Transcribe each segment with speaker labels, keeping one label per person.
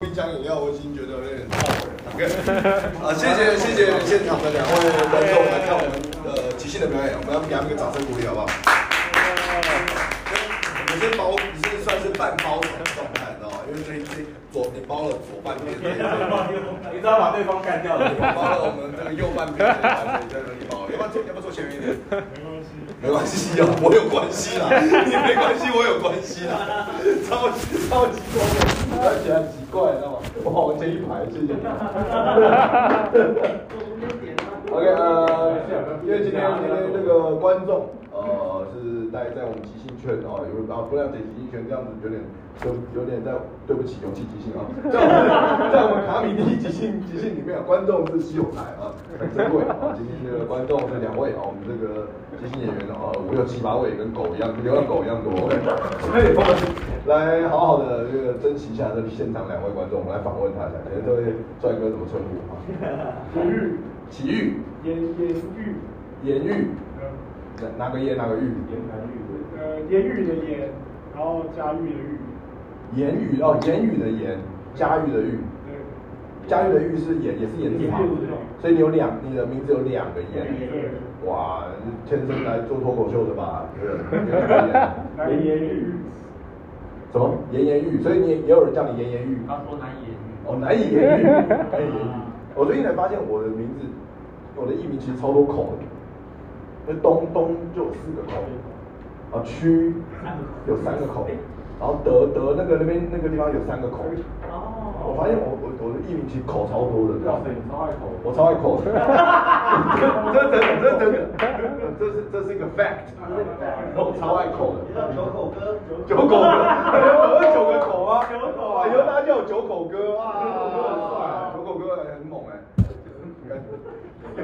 Speaker 1: 一箱饮料，我已经觉得有点后悔了。啊，谢谢谢谢现场的两位观众来看我们呃即兴的表演，我们要给他们一个掌声鼓励好不好？我们是包，你是算是半包的状态，你知道吗？因为这一这左你包了左半边，
Speaker 2: 你知道把对方干掉了
Speaker 1: 我，包了我们这个右半边，所以这个一包。要不要坐要不要坐前面一点？没关系啊，我有关系啦，你没关系，我有关系 啦，超级超级多的，看起来很奇怪，你知道吗？我往前一排，谢谢你。OK，呃，因为今天今天那个观众呃是待在我们即兴圈哦，有然后不谅解即兴圈这样子有点有有点在对不起勇气即兴啊，在我们在我们卡米蒂即兴即兴里面，观众是稀有才啊，很珍贵啊。今天这个观众是两位啊，我们这个即兴演员啊，五六七八位，跟狗一样，流浪狗一样多。OK，所以我们来好好的这个珍惜一下这现场两位观众，我们来访问他一下，哎，这位帅哥怎么称呼啊？奇遇。
Speaker 3: 呃
Speaker 4: 烟烟玉，
Speaker 1: 盐玉，哪哪个盐哪个玉？
Speaker 2: 言谈欲
Speaker 4: 呃，烟玉的烟，然后家玉的玉，
Speaker 1: 盐玉哦，盐语的盐，家玉的玉，
Speaker 4: 对，
Speaker 1: 家玉的玉是盐，也是盐字旁
Speaker 4: 盐玉的玉，
Speaker 1: 所以你有两，你的名字有两个
Speaker 4: 对
Speaker 1: 盐。哇，天生来做脱口秀的吧？对不对
Speaker 4: 来
Speaker 2: 言
Speaker 4: 烟
Speaker 2: 言欲
Speaker 4: 玉，
Speaker 1: 什么盐盐玉？所以你也有人叫你盐盐玉。
Speaker 5: 他说难以言喻。
Speaker 1: 哦，难以言喻，难以言喻。我最近才发现我的名字，我的艺名其实超多口的，那东东就有四个口，啊区有三个口，然后德德那个那边那个地方有三个口。我发现我我我的艺名其实口超多的，
Speaker 2: 哇塞，你超爱口，
Speaker 1: 我超爱口的，这这这这这这是这是一个 fact，我超爱口的。
Speaker 5: 九口哥，
Speaker 1: 九口歌，有九个口吗？九口啊，以后大家就有九口歌啊。九口歌很猛哎，感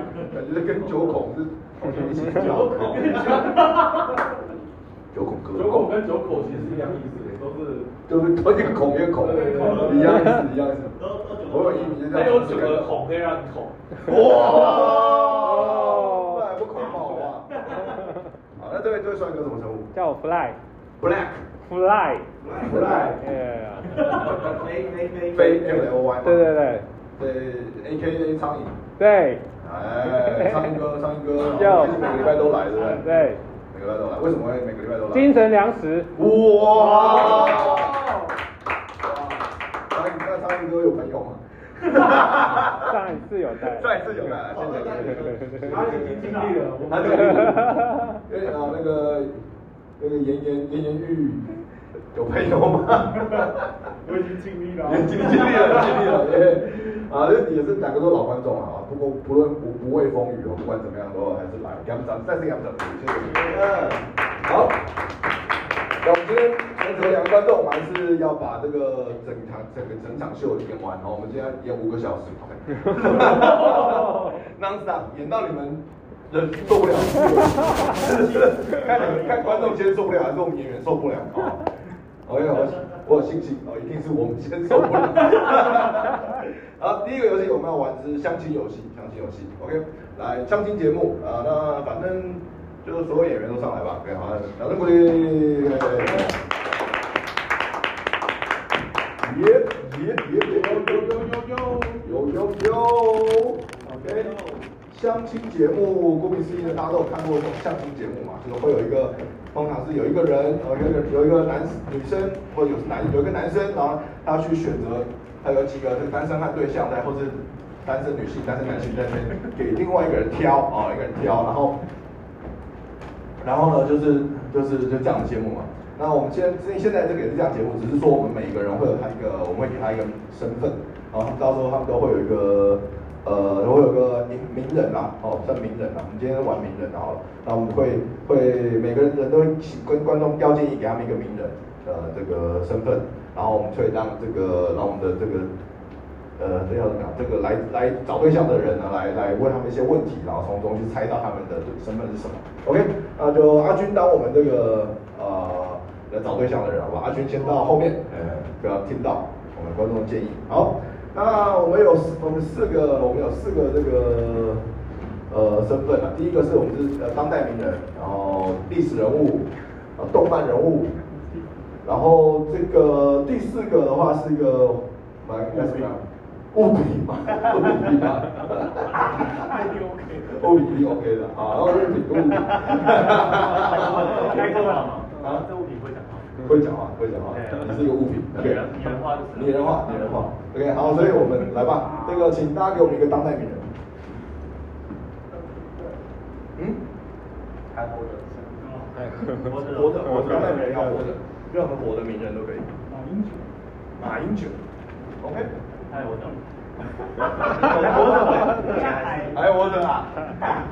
Speaker 1: 觉跟九孔是一起叫。九孔歌，
Speaker 2: 九口跟九口其实是一样意思的，都是
Speaker 1: 就是同一个孔跟口一样意思，一样意思。我有一名叫
Speaker 2: 还有九个孔可以让你口，
Speaker 1: 哇，那还不恐爆啊？好，那这位这位帅哥怎么称呼
Speaker 3: 叫我 Fly
Speaker 1: ？Black
Speaker 3: Fly，
Speaker 1: Black
Speaker 3: 呃，
Speaker 5: 没没没
Speaker 1: 非 M L Y 吗？
Speaker 3: 对对对
Speaker 1: 对，A K A 苍蝇。
Speaker 3: 对
Speaker 1: 哎，唱一 歌，唱一歌，
Speaker 3: 要
Speaker 1: 哦每个礼拜都来，对不对？，
Speaker 3: 对，
Speaker 1: 每个礼拜都来，为什么会每个礼拜都来？
Speaker 3: 精神粮食，
Speaker 1: 哇！苍蝇，那苍蝇哥有朋友 吗？
Speaker 3: 上一次有带，
Speaker 1: 上一次有来，现在 有
Speaker 2: 他已经尽力了，我
Speaker 1: 他这
Speaker 2: 们
Speaker 1: 个，因为啊那个那个言言言言欲有朋友吗？
Speaker 4: 我已经尽力了啊，
Speaker 1: 经经历了，经历了，耶！啊，这也是两个都老观众了啊，不过不论不不畏风雨哦，不管怎么样都还是来，给他们掌声，再次给他们掌声，谢谢你们。好，那我们今天难得两个观众，我们还是要把这个整场整个整场秀演完哦，我们今天演五个小时，non stop 演到你们人受不了，看你们看观众先受不了，还是我们演员受不了啊？哦我有，我有信心哦，一定是我们先受不了。好，第一个游戏我们要玩是相亲游戏，相亲游戏，OK，来相亲节目啊、那反正就是所有演员都上来吧，OK，好，掌声鼓励。耶耶耶耶！有有有有有，OK。相亲节目，顾名思义呢，大家都有看过这种相亲节目嘛，就是会有一个，通常是有一个人，呃，有一个有一个男女生，或者有男有一个男生，然后他去选择，他有几个这个单身汉对象在，或是单身女性、单身男性在那边给另外一个人挑啊、哦一个人挑，然后然后呢，就是就是就这样的节目嘛。那我们现在现在这个也是这样的节目，只是说我们每一个人会有他一个，我们会给他一个身份，然后他们到时候他们都会有一个呃，都会有个名名人啦，哦，算名人啦。我们今天玩名人好了，那我们会会每个人人都会请跟观众要建议给他们一个名人呃这个身份，然后我们会让这个让我们的这个呃，这要怎么讲？这个来来找对象的人呢，来来问他们一些问题，然后从中去猜到他们的身份是什么。OK，那就阿军当我们这个呃来找对象的人，好吧？阿军先到后面，呃，不要听到我们观众的建议。好，那我们有四我们四个，我们有四个这个呃身份啊。第一个是我们是呃当代名人，然后历史人物，呃动漫人物，然后这个第四个的话是一个蛮比，五比嘛，五比嘛，
Speaker 4: 那你 OK 的。
Speaker 1: 五比 OK 的，啊好，日比五比，
Speaker 2: 开课了吗？
Speaker 1: 啊
Speaker 2: 这物品会讲话。
Speaker 1: 会讲话，会讲话，你是一个物品
Speaker 2: 拟
Speaker 1: ，OK，
Speaker 2: 人拟人化就是
Speaker 1: 拟人化，拟人化，OK，好，所以我们来吧，那个请大家给我们一个当代名人，嗯，
Speaker 5: 还活着。
Speaker 1: 活着，活着，当代名人要活着，任何活的名人都可以，
Speaker 4: 马英九，
Speaker 1: 马英九，OK，
Speaker 2: 哎，我懂。
Speaker 1: 还有我等啊，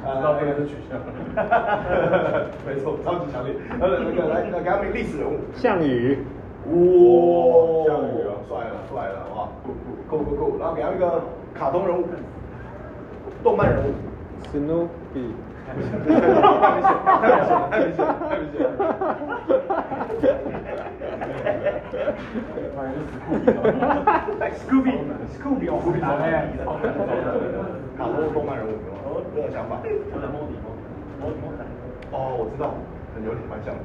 Speaker 1: 知道这个是取消，哎没错，超级强烈，呃，那个来，来给他们历史人物。
Speaker 3: 项羽，
Speaker 1: 哦哇，项羽啊，帅了帅了哇，酷酷酷酷酷，然后给他一个卡通人物，动漫人物，
Speaker 3: Snoopy，
Speaker 1: 太明显了，太明显了，太明显了，
Speaker 4: 哎，Scooby，Scooby 哦，
Speaker 1: 酷毙
Speaker 4: 打开
Speaker 1: 了，卡通动漫人物有没有这个想法？
Speaker 2: 有点摸底摸，摸摸底。
Speaker 1: 哦，我知道，有点蛮像的，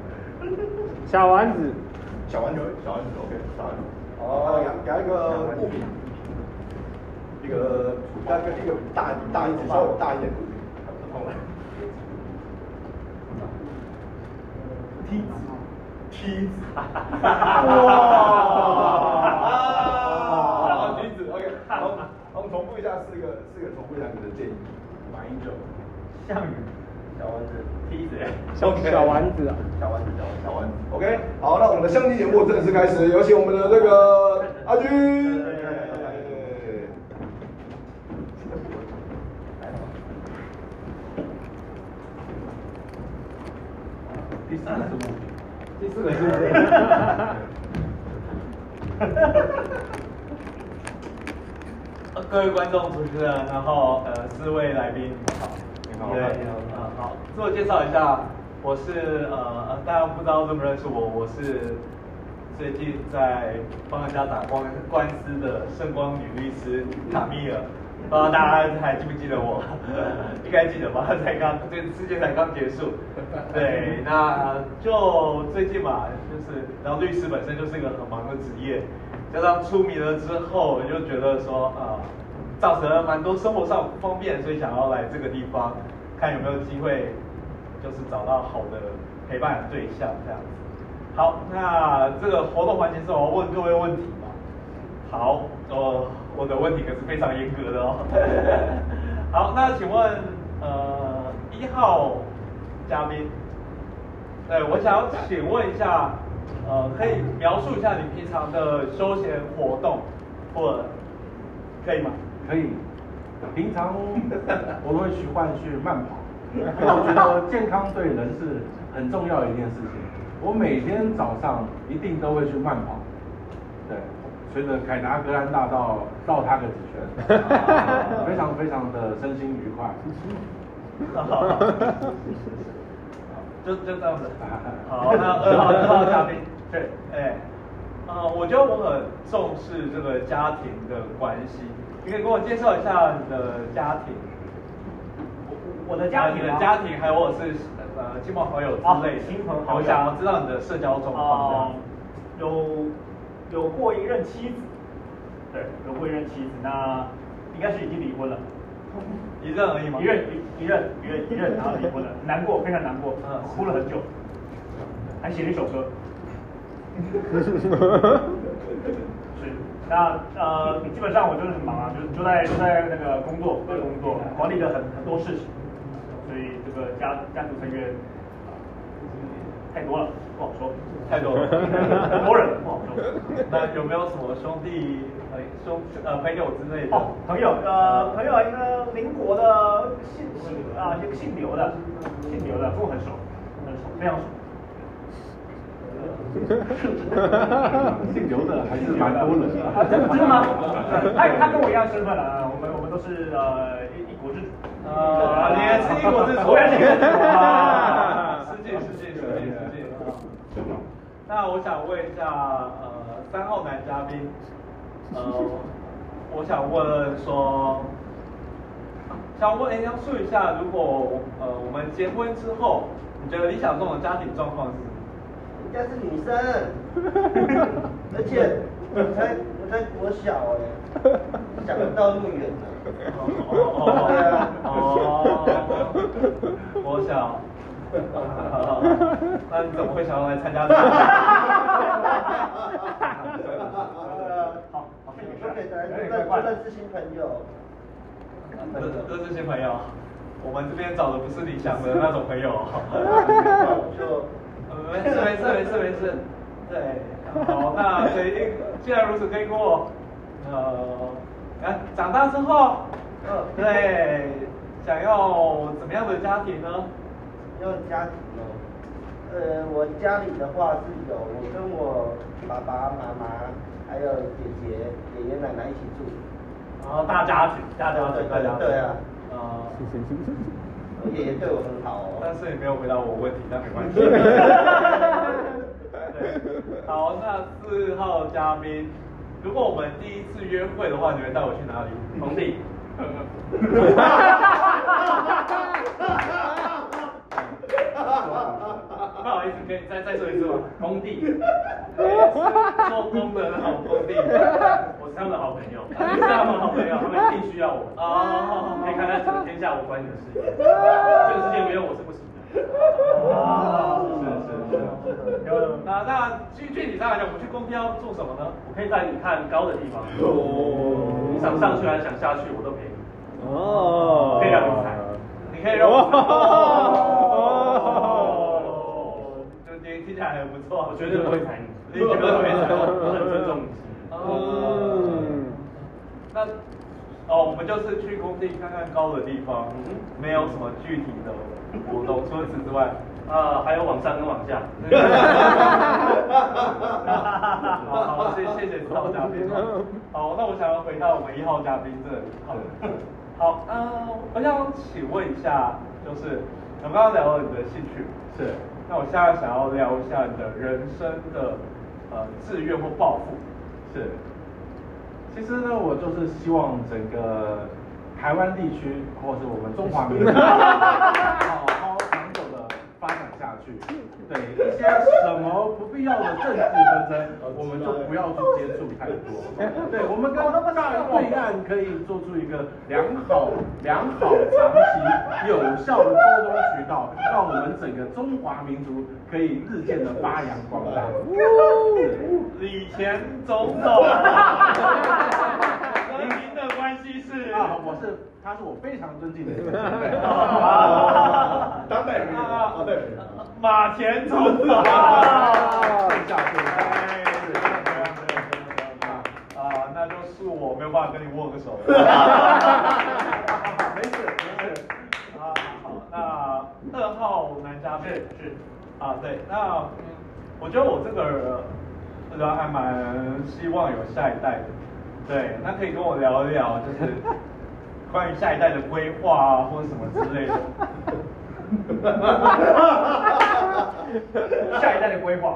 Speaker 3: 小丸子，
Speaker 1: 小丸子，小丸子，OK，小丸子，哦，给他一个物品，一个大概一个大大一点，稍微大一点的物品，好了。
Speaker 4: 梯子，
Speaker 1: 梯子，
Speaker 4: 哇
Speaker 1: 哇，梯子，OK，好，我们重复一下四个，四个重复一下你的建议。
Speaker 5: 马英九，项羽，小丸子，梯子，
Speaker 3: 小
Speaker 1: OK
Speaker 3: 小丸子啊，
Speaker 5: 小丸子，小丸子，
Speaker 1: 好玩，OK，好，那我们的相亲节目正式开始，有请我们的这个阿军。
Speaker 2: 第四个是物品。
Speaker 1: 第四个是谁？
Speaker 6: 呃各位观众、主持人，然后呃四位来宾，你好，对，呃好，自我介绍一下，我是呃呃大家不知道认不认识我，我是最近在帮人家打官官司的圣光女律师卡米尔，不知道大家还记不记得我？ 应该记得吧？才刚这个事件才刚结束，对，那就最近嘛，就是然后律师本身就是一个很忙的职业，加上出名了之后，我就觉得说啊、造成了蛮多生活上不方便，所以想要来这个地方看有没有机会，就是找到好的陪伴对象这样子。好，那这个活动环节是我要问各位问题嘛？好，呃，我的问题可是非常严格的哦。 好，那请问，呃，一号嘉宾，对我想要请问一下，呃，可以描述一下你平常的休闲活动，或可以吗？
Speaker 7: 可以。平常我会喜欢去慢跑，因为我觉得健康对人是很重要的一件事情。我每天早上一定都会去慢跑，对，随着凯达格兰大道绕它个几圈，啊非常非常的身心愉快。
Speaker 6: 就就这样子。好，那二号二号嘉宾，对，哎、呃，我觉得我很重视这个家庭的关系，你可以给我介绍一下你的家庭，
Speaker 4: 我的家庭
Speaker 6: 你
Speaker 4: 啊
Speaker 6: 的家庭，还有我是呃亲朋好友之类的，
Speaker 4: 哦亲朋好友
Speaker 6: 我想要知道你的社交状况这样
Speaker 4: 哦
Speaker 6: 子。，
Speaker 4: 有有过一任妻子，对，有过一任妻子，那应该是已经离婚了，
Speaker 6: 一任而已吗？
Speaker 4: 一任一一任一任一任，然后离婚了，难过，非常难过，
Speaker 6: 嗯
Speaker 4: 哭了很久，还写了一首歌。是，那呃，基本上我就是很忙啊，就是就在就在那个工作，各种工作，管理了很很多事情，所以这个家家族成员、呃太多了，不好说，
Speaker 6: 太多了
Speaker 4: 很多人不好说。
Speaker 6: 那有没有什么兄弟、呃兄呃朋友之类的？
Speaker 4: 哦，朋友，呃，朋友，一个邻国的姓姓啊，一个姓刘的，姓刘的，跟我很熟，很熟，非常熟。
Speaker 7: 姓刘的还是蛮多人
Speaker 4: 啊， 真
Speaker 7: 的。
Speaker 4: 真的吗？他
Speaker 6: 哎
Speaker 4: 他跟我一样身份啊，我们我们都是呃一一国之主。
Speaker 6: 啊，你也是一国之主，
Speaker 4: 我也是一国之主
Speaker 6: 啊
Speaker 4: 啊！
Speaker 6: 失敬失敬失敬失敬。啊那我想问一下，呃，三号男嘉宾，呃， 我想问说，想问杨述一下，如果呃我们结婚之后，你觉得理想中的家庭状况是什么？
Speaker 5: 应该是女生，而且我才我在国小哎、想不到那么远呢、
Speaker 6: 哦，我想，那你怎么会想要来参加这个？
Speaker 5: 呃，好，你说给大家认认识新朋友，
Speaker 6: 这这是新朋友，我们这边找的不是理想的那种朋友。
Speaker 5: 就
Speaker 6: 没事没事没事没事，对，好，那决定既然如此推过，呃，哎，长大之后，
Speaker 5: 嗯
Speaker 6: 对，想要怎么样的家庭呢？
Speaker 5: 要家庭哦。呃，我家里的话是有我跟我爸爸妈妈还有姐姐、爷爷奶奶一起住。
Speaker 6: 然后大家庭，大家
Speaker 5: 对
Speaker 6: 庭，大
Speaker 5: 对
Speaker 6: 家庭，
Speaker 5: 对啊，
Speaker 6: 呃，
Speaker 5: 我爷爷对我很好哦。
Speaker 6: 但是你没有回答我问题，那没关 系。对，好，那四号嘉宾，如果我们第一次约会的话，你会带我去 哪里？
Speaker 2: 红弟，
Speaker 6: 不好意思，可以再再说一次 吗？
Speaker 2: 工地，
Speaker 6: 做工的好工地，
Speaker 2: 我是他们的 好朋友，
Speaker 6: 你是他们好朋友，
Speaker 2: 他
Speaker 6: 他
Speaker 2: 们
Speaker 6: 们一
Speaker 2: 一
Speaker 6: 定
Speaker 2: 定
Speaker 6: 需
Speaker 2: 需
Speaker 6: 要
Speaker 2: 要
Speaker 6: 我
Speaker 2: 我。
Speaker 6: 啊。
Speaker 2: 可以看看整个天下无关你的事 业，这个世界没有我是不行的。
Speaker 6: 啊，
Speaker 7: 是是是。
Speaker 6: 那那具具体上来讲，我们去工地要做什么呢？
Speaker 2: 我可以带你看高的地方，你
Speaker 1: 哦，
Speaker 2: 想上去还是想下去，我都陪你。
Speaker 3: 哦，
Speaker 2: 可以
Speaker 6: 啊
Speaker 2: 让你猜
Speaker 6: 你可以让我们
Speaker 3: 哦
Speaker 6: 哦，就听听起来很不错，
Speaker 2: 我绝对不会踩你，
Speaker 6: 你绝对不会踩
Speaker 2: 我很尊重你。
Speaker 3: 嗯
Speaker 6: 哦，那哦，我们就是去工地看看高的地方，没有什么具体的活动。 除此之外，呃
Speaker 2: 啊，还有往上跟往下。
Speaker 6: 好 好，谢谢谢四号嘉宾。好，那我想要回到我们一号嘉宾这里。好，好，呃，我想请问一下，就是我们刚刚聊了你的兴趣，
Speaker 7: 是
Speaker 6: 那我现在想要聊一下你的人生的呃志愿或抱负。
Speaker 7: 是，其实呢，我就是希望整个台湾地区，或是我们中华民族，好好长久的发展下去。对一些什么不必要的政治纷争，我们就不要去接触太多。对，我们跟大对岸可以做出一个良好、良好、长期、有效的沟通渠道，让我们整个中华民族可以日渐的发扬光大。
Speaker 6: 以前总 统，和您的关系是
Speaker 7: 啊，我是，他是我非常尊敬的一个前辈。
Speaker 6: 啊
Speaker 1: 当代人啊，当代人，
Speaker 6: 马前总统。
Speaker 7: 跪下跪下
Speaker 6: 哎对啊，那就是我没有办法跟你握个手。
Speaker 7: 没事没事。
Speaker 6: 啊，好，那二号男嘉宾是啊，对，那我觉得我这个人还蛮希望有下一代的，对，那可以跟我聊一聊，就是关于下一代的规划啊，或者什么之类的。
Speaker 4: 下一代的规 划。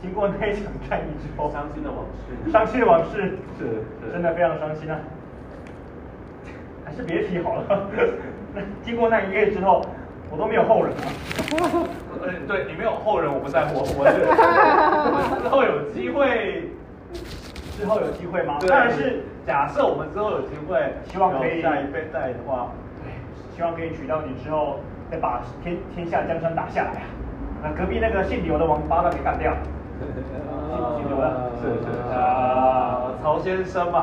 Speaker 4: 经过那一场战役之后，
Speaker 2: 伤心的往事。
Speaker 4: 伤心的往事
Speaker 7: 是是
Speaker 4: 真的非常伤心啊。还是别提好了。 那经过那一个月之后，我都没有后人啊了。
Speaker 6: 呃，对你没有后人，我不在乎，我 是我是之后有机会，
Speaker 4: 之后有机会吗？
Speaker 6: 对
Speaker 4: 当然是
Speaker 6: 假设我们之后有机会，
Speaker 4: 希望可以
Speaker 6: 有下一辈代的话，
Speaker 4: 希望可以娶到你之后，再把天天下江山打下来啊！那隔壁那个姓刘的王八蛋给干掉，姓姓刘的，
Speaker 6: 是是是
Speaker 4: 啊
Speaker 6: 啊，，曹先生嘛，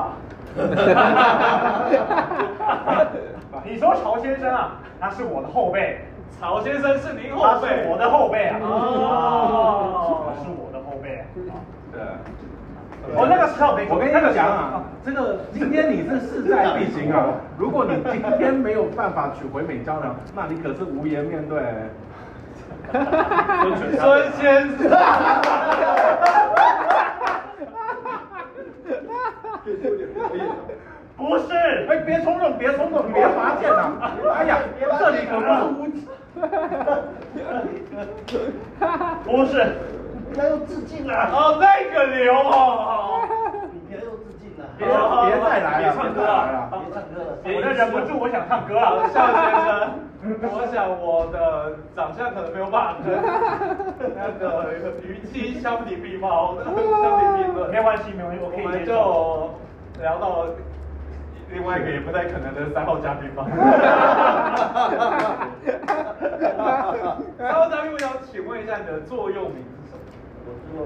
Speaker 4: 你说曹先生啊，他是我的后辈，
Speaker 6: 曹先生是您
Speaker 4: 他
Speaker 6: 后
Speaker 4: 是
Speaker 6: 辈，
Speaker 4: 我的后辈啊，
Speaker 6: 哦
Speaker 4: 啊他是我的后辈啊。
Speaker 7: 对。哦
Speaker 4: 我哦那个时候没，
Speaker 7: 我跟
Speaker 4: 那个
Speaker 7: 你
Speaker 4: 时候
Speaker 7: 讲啊，，这个今天你是势在必行啊！如果你今天没有办法娶回美娇娘，那你可是无颜面对。
Speaker 6: 孙先生，
Speaker 4: 啊
Speaker 1: 这有点 可以了。
Speaker 4: 不是，
Speaker 7: 哎，别冲动，别冲动，别拔剑呐！哎呀，这里可不是无。
Speaker 4: 不是，
Speaker 5: 不要用致敬啊啦、
Speaker 6: 哦，那个刘哦，
Speaker 5: 你不要用致敬啦、啊
Speaker 7: 别别再来了，
Speaker 2: 别唱
Speaker 7: 别
Speaker 2: 歌
Speaker 7: 再来
Speaker 2: 啊
Speaker 7: 了！
Speaker 5: 别
Speaker 4: 我
Speaker 6: 啊
Speaker 5: 唱歌了，
Speaker 4: 这忍不住，我想唱歌了。
Speaker 6: 邵先生，我想我的长相可能没有办法跟那个虞姬相提并茂，相提并论。
Speaker 4: 没关系没关系我
Speaker 6: 我
Speaker 4: 可以
Speaker 6: 们
Speaker 4: 接
Speaker 6: 就
Speaker 4: 受
Speaker 6: 聊到另外一个也不太可能的三号嘉宾吧。 三号嘉宾，我想请问一下你的座右铭是什么？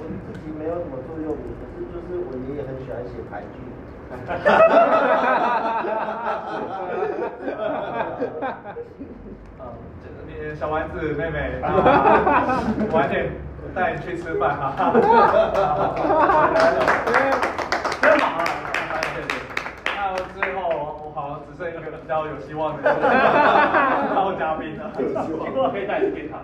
Speaker 5: 我座右铭就是我自己没有什么座右铭，可是就是我爷爷很喜欢写盘踞。
Speaker 6: 呃，这个那小丸子妹 妹，啊、晚点带你去吃饭啊哈。哈哈真忙啊！对对。那最后我好像只剩一个比较有希望 的高嘉宾啊了。
Speaker 2: 结果可以带你去变 态。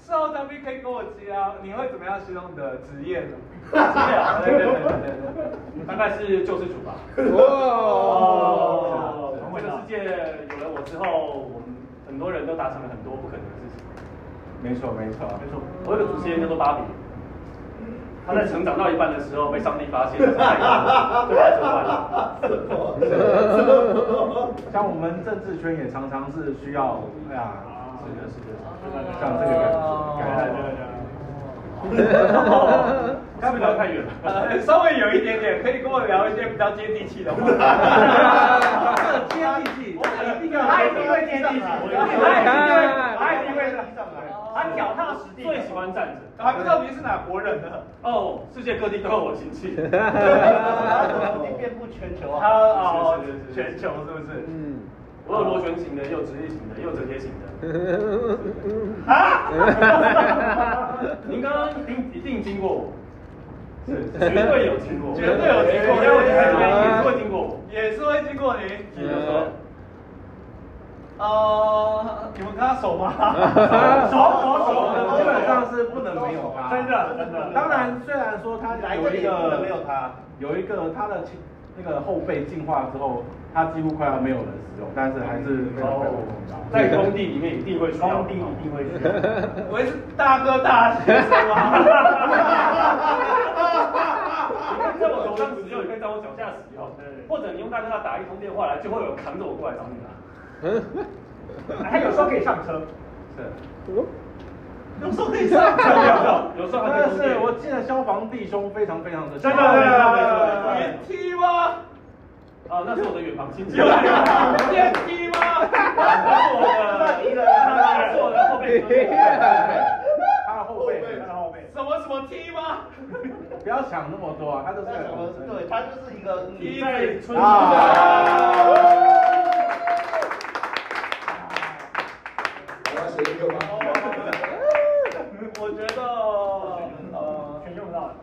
Speaker 6: 四
Speaker 2: 哦
Speaker 6: 号嘉宾可以跟我接啊，你会怎么样形容你的职业呢？职业啊，对对对对对对。
Speaker 2: 大概是救世主吧。
Speaker 3: 哦
Speaker 2: 哦，这个世界有了我之后，我们很多人都达成了很多不可能的事情。
Speaker 7: 没错没错，
Speaker 2: 没错，我有个祖先叫做芭比，他在成长到一半的时候被上帝发现，就把他折断了。
Speaker 7: 像我们政治圈也常常是需要，哎呀，
Speaker 2: 啊是的，是的。
Speaker 7: 像这个感觉，
Speaker 4: 对
Speaker 7: 感
Speaker 4: 对
Speaker 7: 觉
Speaker 4: 对对。
Speaker 2: 是不是聊太远了？
Speaker 6: 呃，稍微有一点点，可以跟我聊一些比较接地气的话。
Speaker 7: 接地气，
Speaker 6: 一定
Speaker 4: 他一定会接地气，他一定会，他脚踏实地。
Speaker 2: 最喜欢站着。
Speaker 6: 还不知道你是哪国人呢？
Speaker 2: 哦，世界各地都有我亲 戚。
Speaker 5: 他怎 么会遍布全球
Speaker 6: 他
Speaker 5: 啊？
Speaker 6: 哦，全球是不是？
Speaker 3: 嗯，
Speaker 2: 我有螺旋形的，也有直立型的，也有折贴型的。
Speaker 6: 啊
Speaker 2: 您刚刚一定一定经过我，是绝对有经过我，
Speaker 6: 绝对有经过
Speaker 2: 因为我在台湾也是会经过我。
Speaker 6: 也是会经过你。
Speaker 2: 记得说，
Speaker 6: 呃，你们跟他熟 吗？
Speaker 4: 熟熟熟，
Speaker 7: 基本上是不能没有他。
Speaker 4: 真的真的。
Speaker 7: 当然，虽然说他
Speaker 5: 来
Speaker 7: 有
Speaker 5: 这里
Speaker 7: 一
Speaker 5: 也不
Speaker 7: 个
Speaker 5: 能没有他，
Speaker 7: 有一个他的亲那个后背进化之后，他几乎快要没有人使用，但是还是非常非常重要。
Speaker 2: 在工地里面一定会需要，
Speaker 4: 工地一定会需 要。
Speaker 6: 我也是大哥大学生
Speaker 2: 啊你在我头上使用，也可以在我脚下使用，或者你用大哥大打一通电话来，就会有人扛着我过来找你了。
Speaker 4: 哎他有时候可以上车，
Speaker 6: 有时候可以 上课。
Speaker 2: 有时候还可以
Speaker 7: 但
Speaker 2: 充
Speaker 7: 是
Speaker 2: 电
Speaker 7: 我记得消防弟兄非常非常的
Speaker 4: 真的真的真的
Speaker 6: 电梯吗？
Speaker 2: 啊，那是我的远房亲戚。
Speaker 6: 电梯吗？
Speaker 2: 那是我的，那是我的后辈。
Speaker 7: 他的后背，
Speaker 4: 在后背。
Speaker 6: 什么什么梯吗？
Speaker 7: 不要想那么多啊，他就是
Speaker 5: 那
Speaker 7: 个
Speaker 5: 什
Speaker 7: 童
Speaker 5: 么？
Speaker 7: 真
Speaker 5: 对，他就是一个嗯
Speaker 2: 你在春
Speaker 1: 我要写一个吗？
Speaker 6: 我觉得，呃，
Speaker 4: 全用不到了。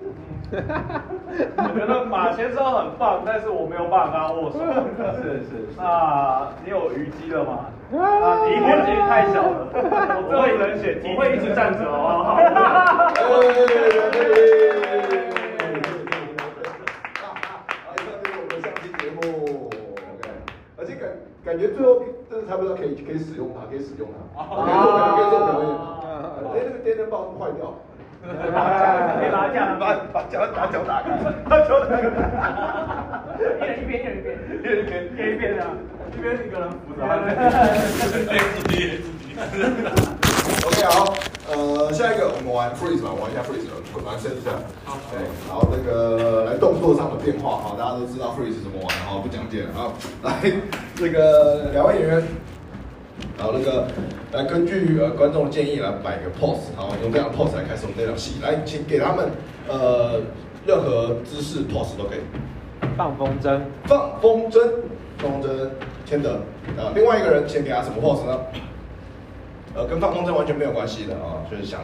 Speaker 6: 我觉得马先生很棒，但是我没有办法握手。
Speaker 7: 是是是，
Speaker 6: 那你有虞姬了吗？啊，你年纪太小了，我会能选
Speaker 2: 我会一直站着哦。
Speaker 1: 而且感感觉最后真的差不多可以可以使用它，可以使用它，可以做表可以做表演。哎，那个电灯泡坏掉，
Speaker 4: 可以拿架，
Speaker 1: 把把脚把脚打开，把脚打开。
Speaker 4: 一人一边，一人一边，一人一边，一人一边的。
Speaker 7: 这边一个人扶着
Speaker 1: OK，好，呃，下一个我们玩 freeze 吧，玩一下 freeze，玩 set 一下。对，然后那个来动作上的变化哈，大家都知道 freeze 怎么玩哈，不讲解了啊。 来，那个两位演员，然后那个来根据呃观众的建议来摆个 pose，好，用这样的 pose 来开始我们这场戏。来，请给他们呃任何姿势 pose 都可以。
Speaker 3: 放风筝，
Speaker 1: 放风筝，放风筝，天德啊，另外一个人先给他什么 pose 呢？呃，跟放风筝完全没有关系的啊，就是想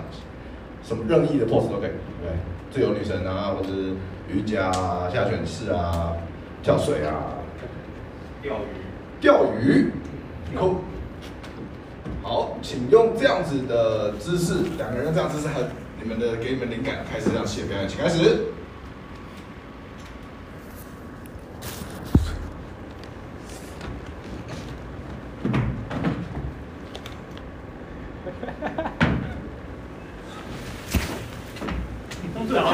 Speaker 1: 什么任意的 pose 都可以，对，自由女神啊，或者是瑜伽啊、下犬式啊、跳水啊、钓鱼、钓鱼，扣。好，请用这样子的姿势，两个人用这样姿势，还有你们的给你们灵感，开始这样写表演，请开始。
Speaker 2: 都最好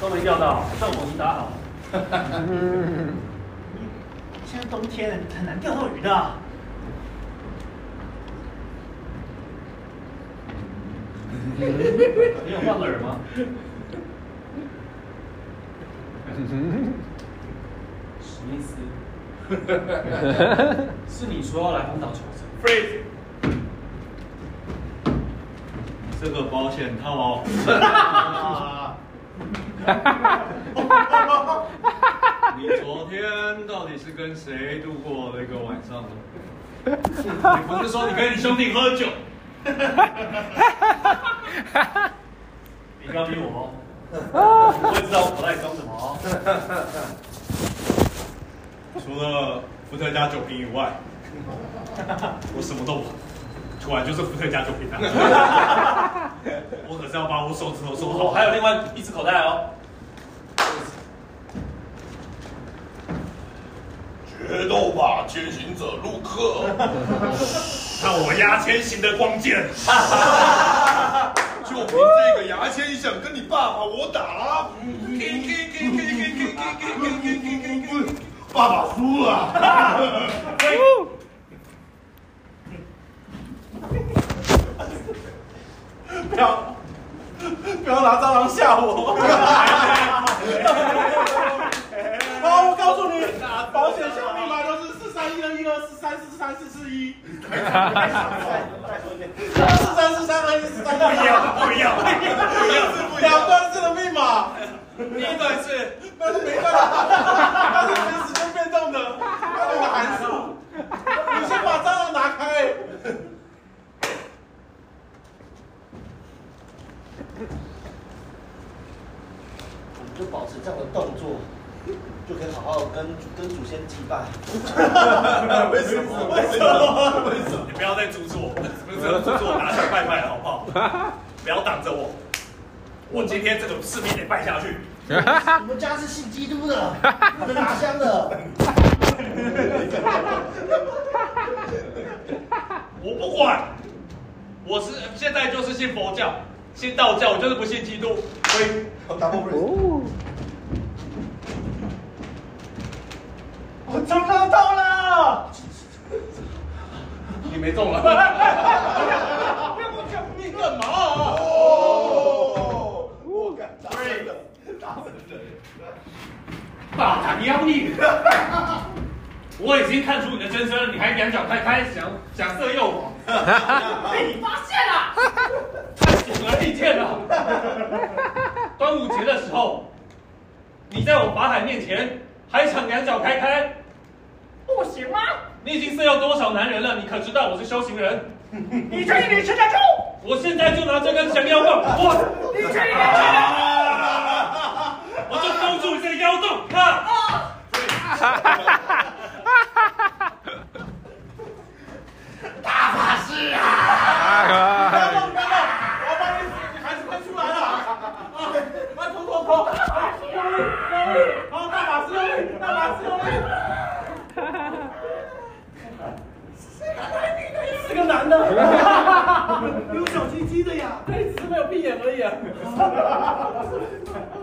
Speaker 2: 都能要到，上网打好。
Speaker 8: 现在冬天很难钓到鱼的啊。
Speaker 6: 你有换耳吗？
Speaker 9: 史密 斯，是你说要来荒岛求生，
Speaker 2: freeze，
Speaker 6: 这个保险套哦。你昨天到底是跟谁度过了一个晚上呢？你不是说你跟你兄弟喝酒？
Speaker 2: 你不要逼我哦，我会知道我在装什么哦。
Speaker 6: 除了伏特加酒瓶以外，我什么都不。果然就是伏特加酒瓶啊！啊我可是要把我手指头收
Speaker 2: 哦，
Speaker 6: 好，
Speaker 2: 还有另外一只口袋哦。
Speaker 6: 决斗吧，前行者陆克！看我牙签型的光剑！就凭这个牙签，想跟你爸爸我打？爸爸输了！不要不要拿蟑螂吓我！好，我告诉你，保险箱密码都是四三一二一二四三四三四四一。四三四三二一四三不一样，不一样，不一样，是不一样。两段式的密码，第一段是，那是没办法，它是随时间变动的，它那个函数。你先把蟑螂拿开。
Speaker 5: 你就保持这样的动作，就可以好好跟跟祖先祭拜。
Speaker 6: 为什么？为什么？为什么？你不要再阻止我，不是阻止我拿去拜拜好不好？不要挡着我，我今天这个士兵得拜下去。
Speaker 5: 你们家是信基督 的，你们哪乡的？
Speaker 6: 我不管，我是现在就是信佛教，信道教，我就是不信基督。喂，
Speaker 1: double raise
Speaker 3: 哦，
Speaker 6: 我抽到到了，
Speaker 9: 你没中了，
Speaker 6: 你干嘛、啊？
Speaker 1: 哦，我敢打人的，打死人
Speaker 2: 大胆妖 孽！我已经看出你的真身了，你还两脚开开，想想色诱我， 被你发现了，太显而易见了。端午节的时候，你在我法海面前还想两脚开开，不行吗？你已经色诱多少男人了？你可知道我是修行人？你去你吃下咒！我现在就拿这根降妖棒，我你去你我就封住你这个妖洞啊！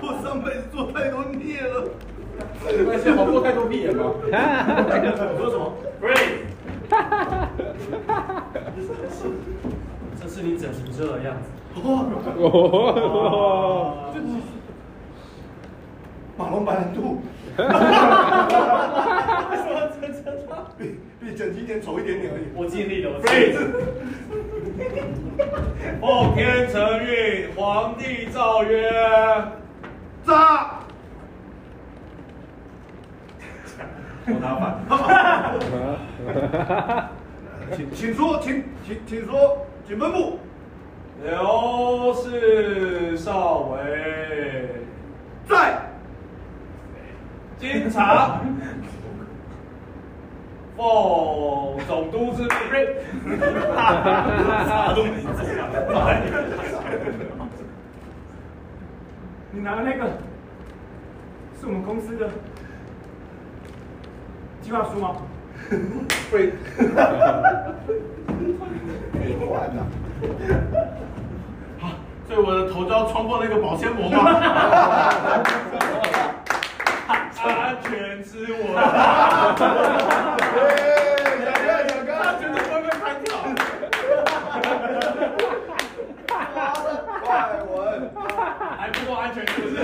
Speaker 1: 我上辈子做太多孽了。
Speaker 2: 这是你整形之后的样子。
Speaker 3: 哦，
Speaker 1: 马龙白兰 度，比比整体一点丑一点点而已。
Speaker 2: 我尽力了，我
Speaker 6: 奉天承运，皇帝诏曰：
Speaker 1: 扎，
Speaker 6: 我拿反。
Speaker 1: 请请说，请请请说，请分布。
Speaker 6: 刘氏少尉，
Speaker 1: 在
Speaker 6: 经查，奉总督之 命，啥都没做。
Speaker 4: 你拿的那个是我们公司的计划书吗？
Speaker 1: 会，没完呐、
Speaker 6: 所以我的头就要穿过那个保鲜膜吗？安全之吻。他觉得会不会翻跳？
Speaker 1: 快文，
Speaker 6: 还不够安全是不是？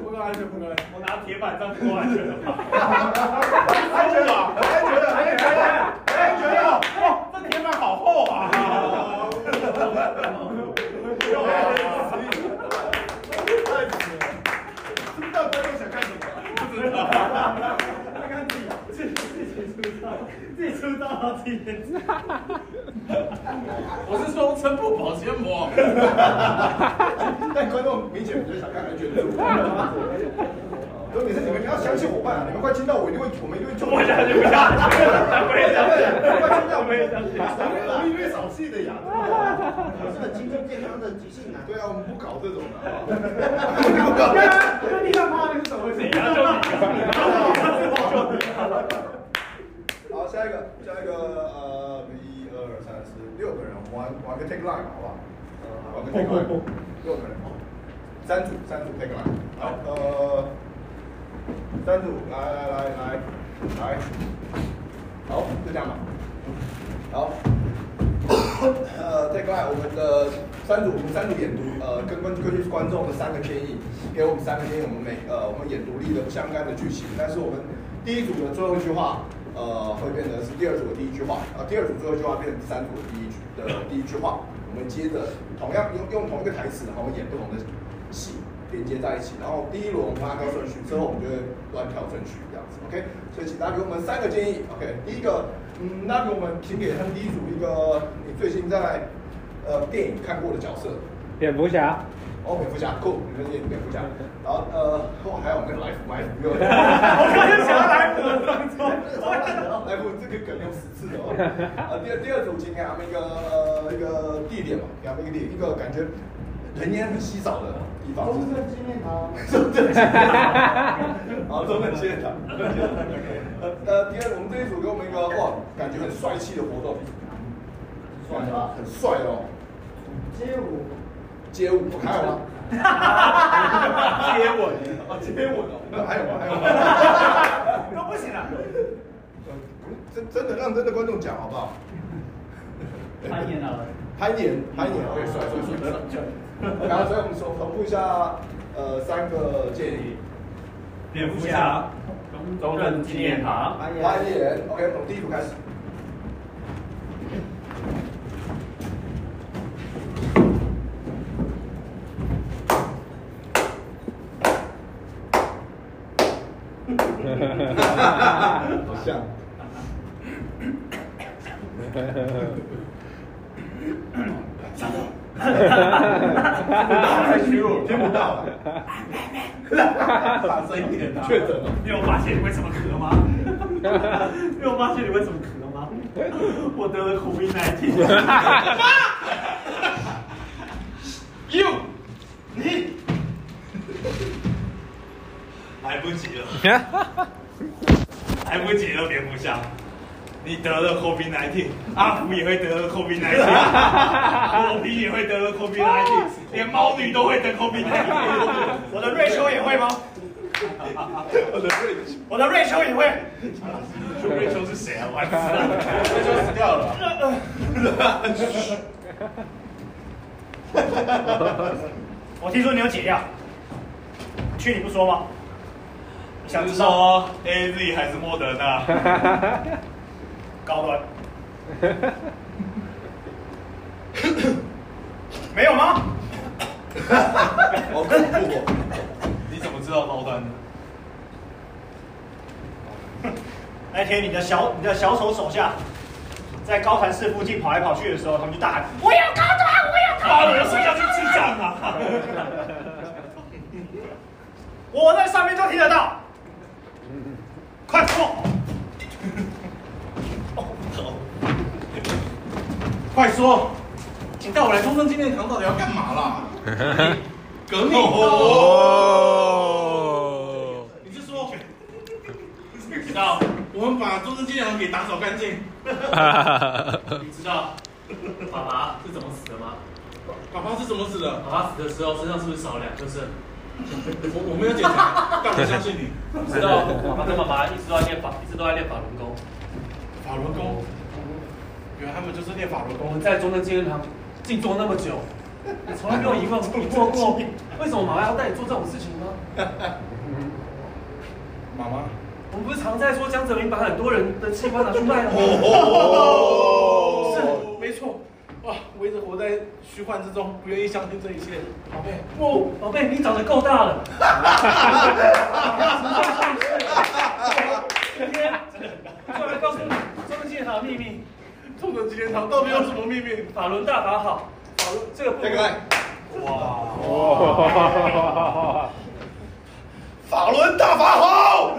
Speaker 6: 不够安全，不够安全。我拿铁板上不够安全了吧？
Speaker 1: 安全了，安全了，安全了，安全了。
Speaker 6: 哇，这铁板好厚啊！我是说撑破保鲜膜。
Speaker 1: 但观众明显就是想看安全的。重点是你们要相信伙伴啊！你们快亲到我，一定会，我们一定会救你。我相信，我相信，我也相信。快亲到我，我也相信。我们一定会少气的呀。
Speaker 5: 是很轻松健康的即兴啊。
Speaker 1: 对啊，我们不搞这种的。不搞这种。
Speaker 10: 那你看他那个手会怎样？
Speaker 1: 好，下一个，下一个，呃，一二三四六个人，我们玩玩个 take line 好不好？呃玩个 take line，六个人，三组，三组 take line。好，呃，三组，来来来来来，好，就这样吧。好，呃，take line，我们的三组，我们三组演读，呃，跟观根据观众的三个建议，给我们三个建议，我们每呃我们演读力的相干的剧情，但是我们第一组的最后一句话。呃，会变成是第二组的第一句话，啊，第二组最后一句话变成第三组的第一句的第一句话。我们接着同样用用同一个台词，然后演不同的戏连接在一起。然后第一轮我们按照顺序，之后我们就会乱跳顺序这样子。OK，所以请大家给我们三个建议。OK，第一个，嗯，那给我们请给他们第一组呃一个你最近在呃电影看过的角色。
Speaker 7: 蝙蝠侠，嗯
Speaker 1: 哦，蝙蝠侠，cool，你们演蝙蝠侠。然后呃，哦，还有那个来福，来 福，
Speaker 6: 我刚才想要来我的动作。
Speaker 1: 来福这个梗有十次的 哦。呃，第二第二组，请给他们一个呃一个地点吧，给他们一个地一个感觉人烟很稀少的地方。
Speaker 5: 中正纪念 堂，
Speaker 1: 中正纪念堂，好，中哦正纪念堂。呃呃，第二，我们这一组给我们一个哇，感觉很帅气的活动，
Speaker 5: 爽吧？
Speaker 1: 很帅哦，
Speaker 5: 街舞，
Speaker 1: 街舞，还有吗？
Speaker 6: 接吻，
Speaker 1: 啊，接吻哦，那还有吗？还有吗？
Speaker 10: 都不
Speaker 1: 啊
Speaker 10: 行了。
Speaker 1: 呃真真的让真的观众讲好不好？
Speaker 10: 攀岩啊，
Speaker 1: 攀岩，攀岩，我也哦帅，帅，帅，帅。然后， 所以我们重重复一下，呃，三个建议。
Speaker 11: 蝙蝠侠，中正纪念堂，
Speaker 5: 攀岩，
Speaker 1: 攀岩，OK，从第一组开始。 好像。太虚弱，听不到。
Speaker 6: 大声一点啊！
Speaker 1: 确诊了。
Speaker 6: 你有发现你为什么咳吗？ 你有发现你为什么咳吗？我得了 COVID 19。You，你，来不及了， 来不及了，蝙蝠侠，你得了 COVID 19，阿福也会得了 COVID 19，罗皮也会得了 COVID 19，连猫女都会得 COVID 19。我 的瑞秋也会吗？
Speaker 1: 我的瑞秋，
Speaker 6: 我的瑞秋也会。瑞秋是谁啊？我还不知
Speaker 1: 瑞秋死掉了。
Speaker 6: 道。 我听说你有解药，去你不说吗？想知道 A Z 还是莫德纳？ 高端。没有吗？
Speaker 1: 我跟你说过。
Speaker 6: 你怎么知道高端的？那天你的小你的小丑手下，在高谭市附近跑来跑去的时候，他们就大喊：“我要高端，我要高端！”我的手下去智障啊！我在上面都听得到，快说！哦哦快说！请带我来中正纪念堂，到底要干嘛啦？革命！
Speaker 7: 哦，
Speaker 6: 你是说，你知道，我们把中正纪念堂给打扫干净。你知道
Speaker 2: 爸爸是怎么死的吗？
Speaker 6: 爸爸是怎么死的？
Speaker 2: 爸爸死的时候身上是不是少了两颗肾？
Speaker 6: 我我没有检查，但我相信你。
Speaker 2: 知道我爸爸跟妈妈一直都在练法，一直都在练法轮功。
Speaker 6: 法轮功，原来他们就是练法轮
Speaker 2: 我
Speaker 6: 功
Speaker 2: 们
Speaker 6: 的。在
Speaker 2: 在中正纪念堂静坐那么久，你从来没有疑问疑惑过，为什么妈妈要带你做这种事情呢？
Speaker 6: 妈妈，
Speaker 2: 我们不是常在说江泽民把很多人的器官拿去卖了吗？
Speaker 6: 哦是没错。哇，我一直活在虚幻之中，不愿意相信这一切。宝贝，
Speaker 2: 不，哦宝贝，你长得够大了。今天就来告诉你中正纪念堂的秘密，
Speaker 6: 痛的纪念堂到底有什么秘密？
Speaker 2: 法轮大法好，法轮这个不
Speaker 6: 再看，哇，法轮大法好！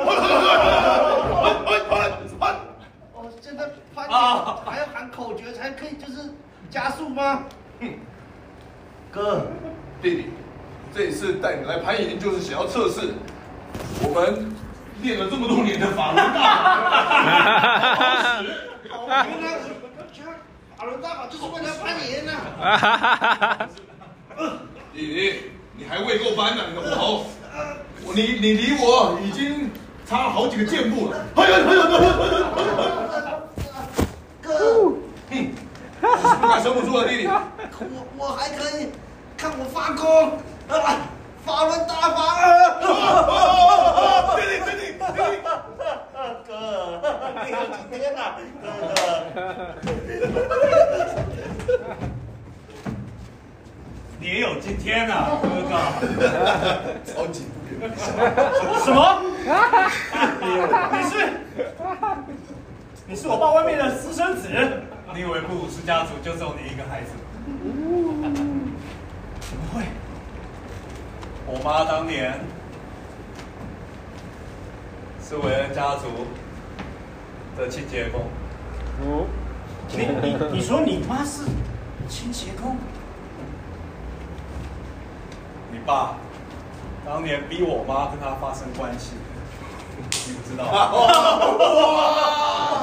Speaker 12: 哦，真的发
Speaker 2: 啊
Speaker 12: 现还要喊口诀才可以，就是加速吗？
Speaker 6: 哥，
Speaker 1: 弟弟，这一次带你来攀岩，就是想要测试我们练了这么多年的法轮大法。
Speaker 12: 哦，原来我觉得法轮大法就是为了攀岩呐。
Speaker 1: 弟弟，你还未够班呢，你的火头！
Speaker 12: 呃
Speaker 1: 我你你离我已经差了好几个箭步了。哎呀哎呀哎呀！
Speaker 12: 哥，
Speaker 1: 嗯 不敢生不住了，弟弟。
Speaker 12: 我我还可以，看我发功，啊，法轮大法啊！对对对对对，哥，你有今天呐，哥
Speaker 2: 你也有今天呐、哥 哥。
Speaker 1: 超级
Speaker 2: 什么？你是？你是我爸外面的私生子？你以为布鲁斯家族就只有你一个孩子？怎么会？
Speaker 6: 我妈当年是韦恩家族的清洁工，
Speaker 3: 哦，
Speaker 12: 你你你说你妈是清洁工？
Speaker 6: 你爸当年逼我妈跟他发生关系，你不知道吗？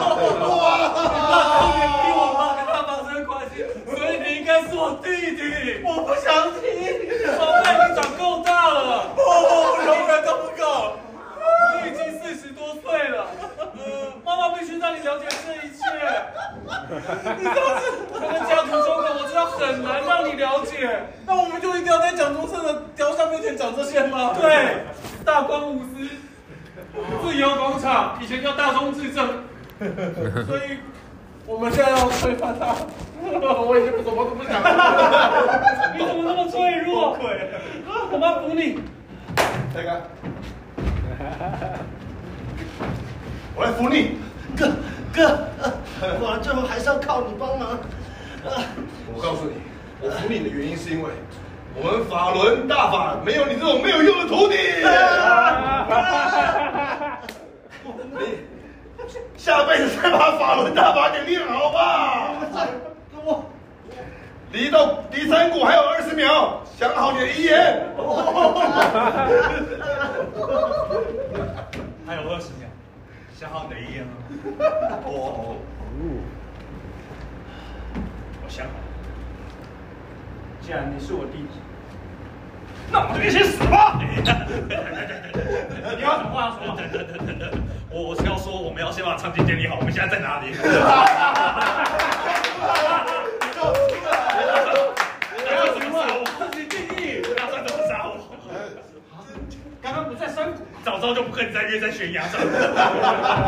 Speaker 2: 当年逼我妈跟他发生关系，所以你应该是我弟弟。我不想听，宝贝，你长够大了，
Speaker 6: 不，容忍都不够。
Speaker 2: 你已经四十多岁了，妈妈必须让你了解这一切。你知道是我们家族中的，我知道很难让你了解。
Speaker 6: 那我们就一定要在蒋中正的雕像面前讲这些吗？
Speaker 2: 对，大光无私，自由广场以前叫大中至正，
Speaker 6: 所以我们现在要推翻他。我已经什么都不想了。
Speaker 2: 你怎么那么脆弱？我妈扶你。
Speaker 1: 大 哥，我来扶你。
Speaker 12: 哥哥，呃我最后还是要靠你帮忙。呃
Speaker 1: 我告诉你，我服你的原因是因为我们法轮大法没有你这种没有用 的徒弟。你下辈子再把法轮大法给练好吧。
Speaker 12: 我
Speaker 1: 离到第三股还有二十秒，想好你的遗言。
Speaker 6: 还有二十秒，想好哪一页呢？
Speaker 1: 哦，
Speaker 6: 我想好了。
Speaker 13: 既然你是我弟弟，
Speaker 6: 那我们就一起死吧！ 你要什么
Speaker 2: 话说
Speaker 6: 我我是要说，我们要先把场景建立好，我们现在在哪里？
Speaker 2: 还有什么？我自己定义。
Speaker 6: 打算怎么杀我？
Speaker 2: 刚刚不在山谷，
Speaker 6: 早知道就不跟你在约在悬崖上，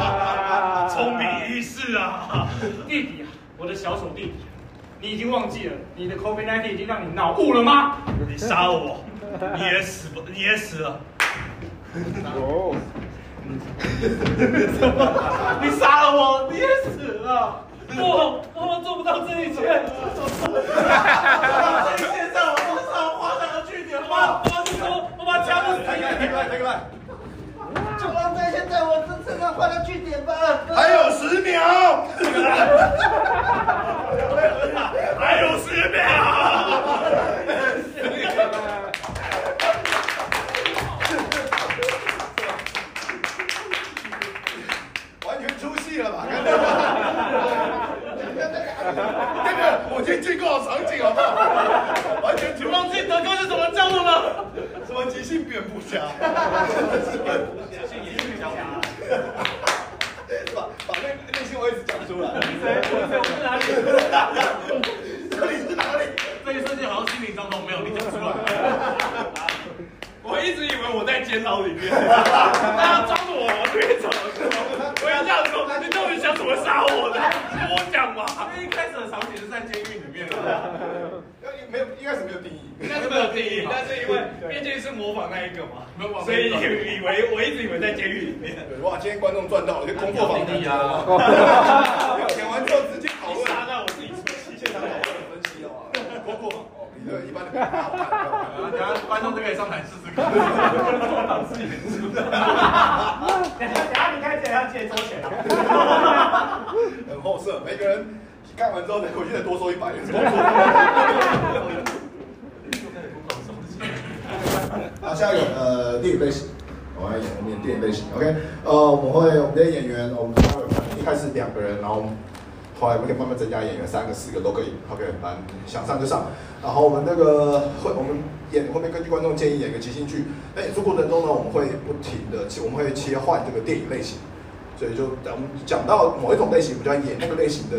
Speaker 6: 聪明一世啊！
Speaker 2: 弟弟啊，我的小手弟弟，你已经忘记了你的 COVID-19 已经让你脑雾了吗？
Speaker 6: 你杀了我，你也死不，你也死了。
Speaker 3: 哦，
Speaker 2: 你杀了我，你也死了。不，妈妈做不到这一切。这一切在我身上画上了句点。妈，妈是说，妈妈家都死
Speaker 1: 来来来来来，
Speaker 12: 就让这些在我身上画上句点吧。哥
Speaker 1: 还有十秒，
Speaker 6: 还有十秒，
Speaker 1: 完全出戏了吧？这个我先去过场景好不好？
Speaker 2: 是什么叫做呢？
Speaker 9: 什么急性蝙蝠侠？
Speaker 2: 急性也是小侠。
Speaker 9: 是吧？把内内心我一直讲出来。
Speaker 2: 谁？我谁？我是哪里？
Speaker 9: 这里是哪里？
Speaker 2: 这一瞬间好像心灵当中没有你讲出来。
Speaker 9: 我一直以为我在监牢里面，他要抓住我，我越走越我一下说，你到底想怎么杀我的？你跟我讲嘛。
Speaker 2: 那一开始的场景是在监狱里面的，
Speaker 9: 没有，一开始没有定义，
Speaker 2: 应该是没有定义嘛
Speaker 9: 但是因为毕竟是模仿那一个嘛
Speaker 2: 没有模，仿
Speaker 9: 所以以为我一直以为在监狱里面。
Speaker 14: 哇，今天观众赚到了，就功课
Speaker 2: 有
Speaker 14: 房
Speaker 2: 定义
Speaker 14: 间
Speaker 2: 啊。
Speaker 14: 讲完之后直接讨
Speaker 9: 一
Speaker 14: 论，
Speaker 9: 杀到我自己出气，现
Speaker 14: 现场讨论分 析哦，功课房哦，比这一般的更好看。
Speaker 2: 啊等下观众就可以上台试试 看。
Speaker 4: 等一下等一下，你看怎样解周旋啊？
Speaker 14: 很后设，每个人看完之后再回去再多收一百元。
Speaker 1: 好，下一个呃电影类型，我要演我们演电影类型，OK？呃，我们会我们的演员，我们稍微看一开始两个人，然后我们后来我们可以慢慢增加演员，三个、四个都可以，OK？反正想上就上。然后我们那个会我们演后面根据观众建议演一个即兴剧，哎在演出过程中呢，我们会不停的我们会切换这个电影类型，所以就我们讲到某一种类型，我们就要演那个类型的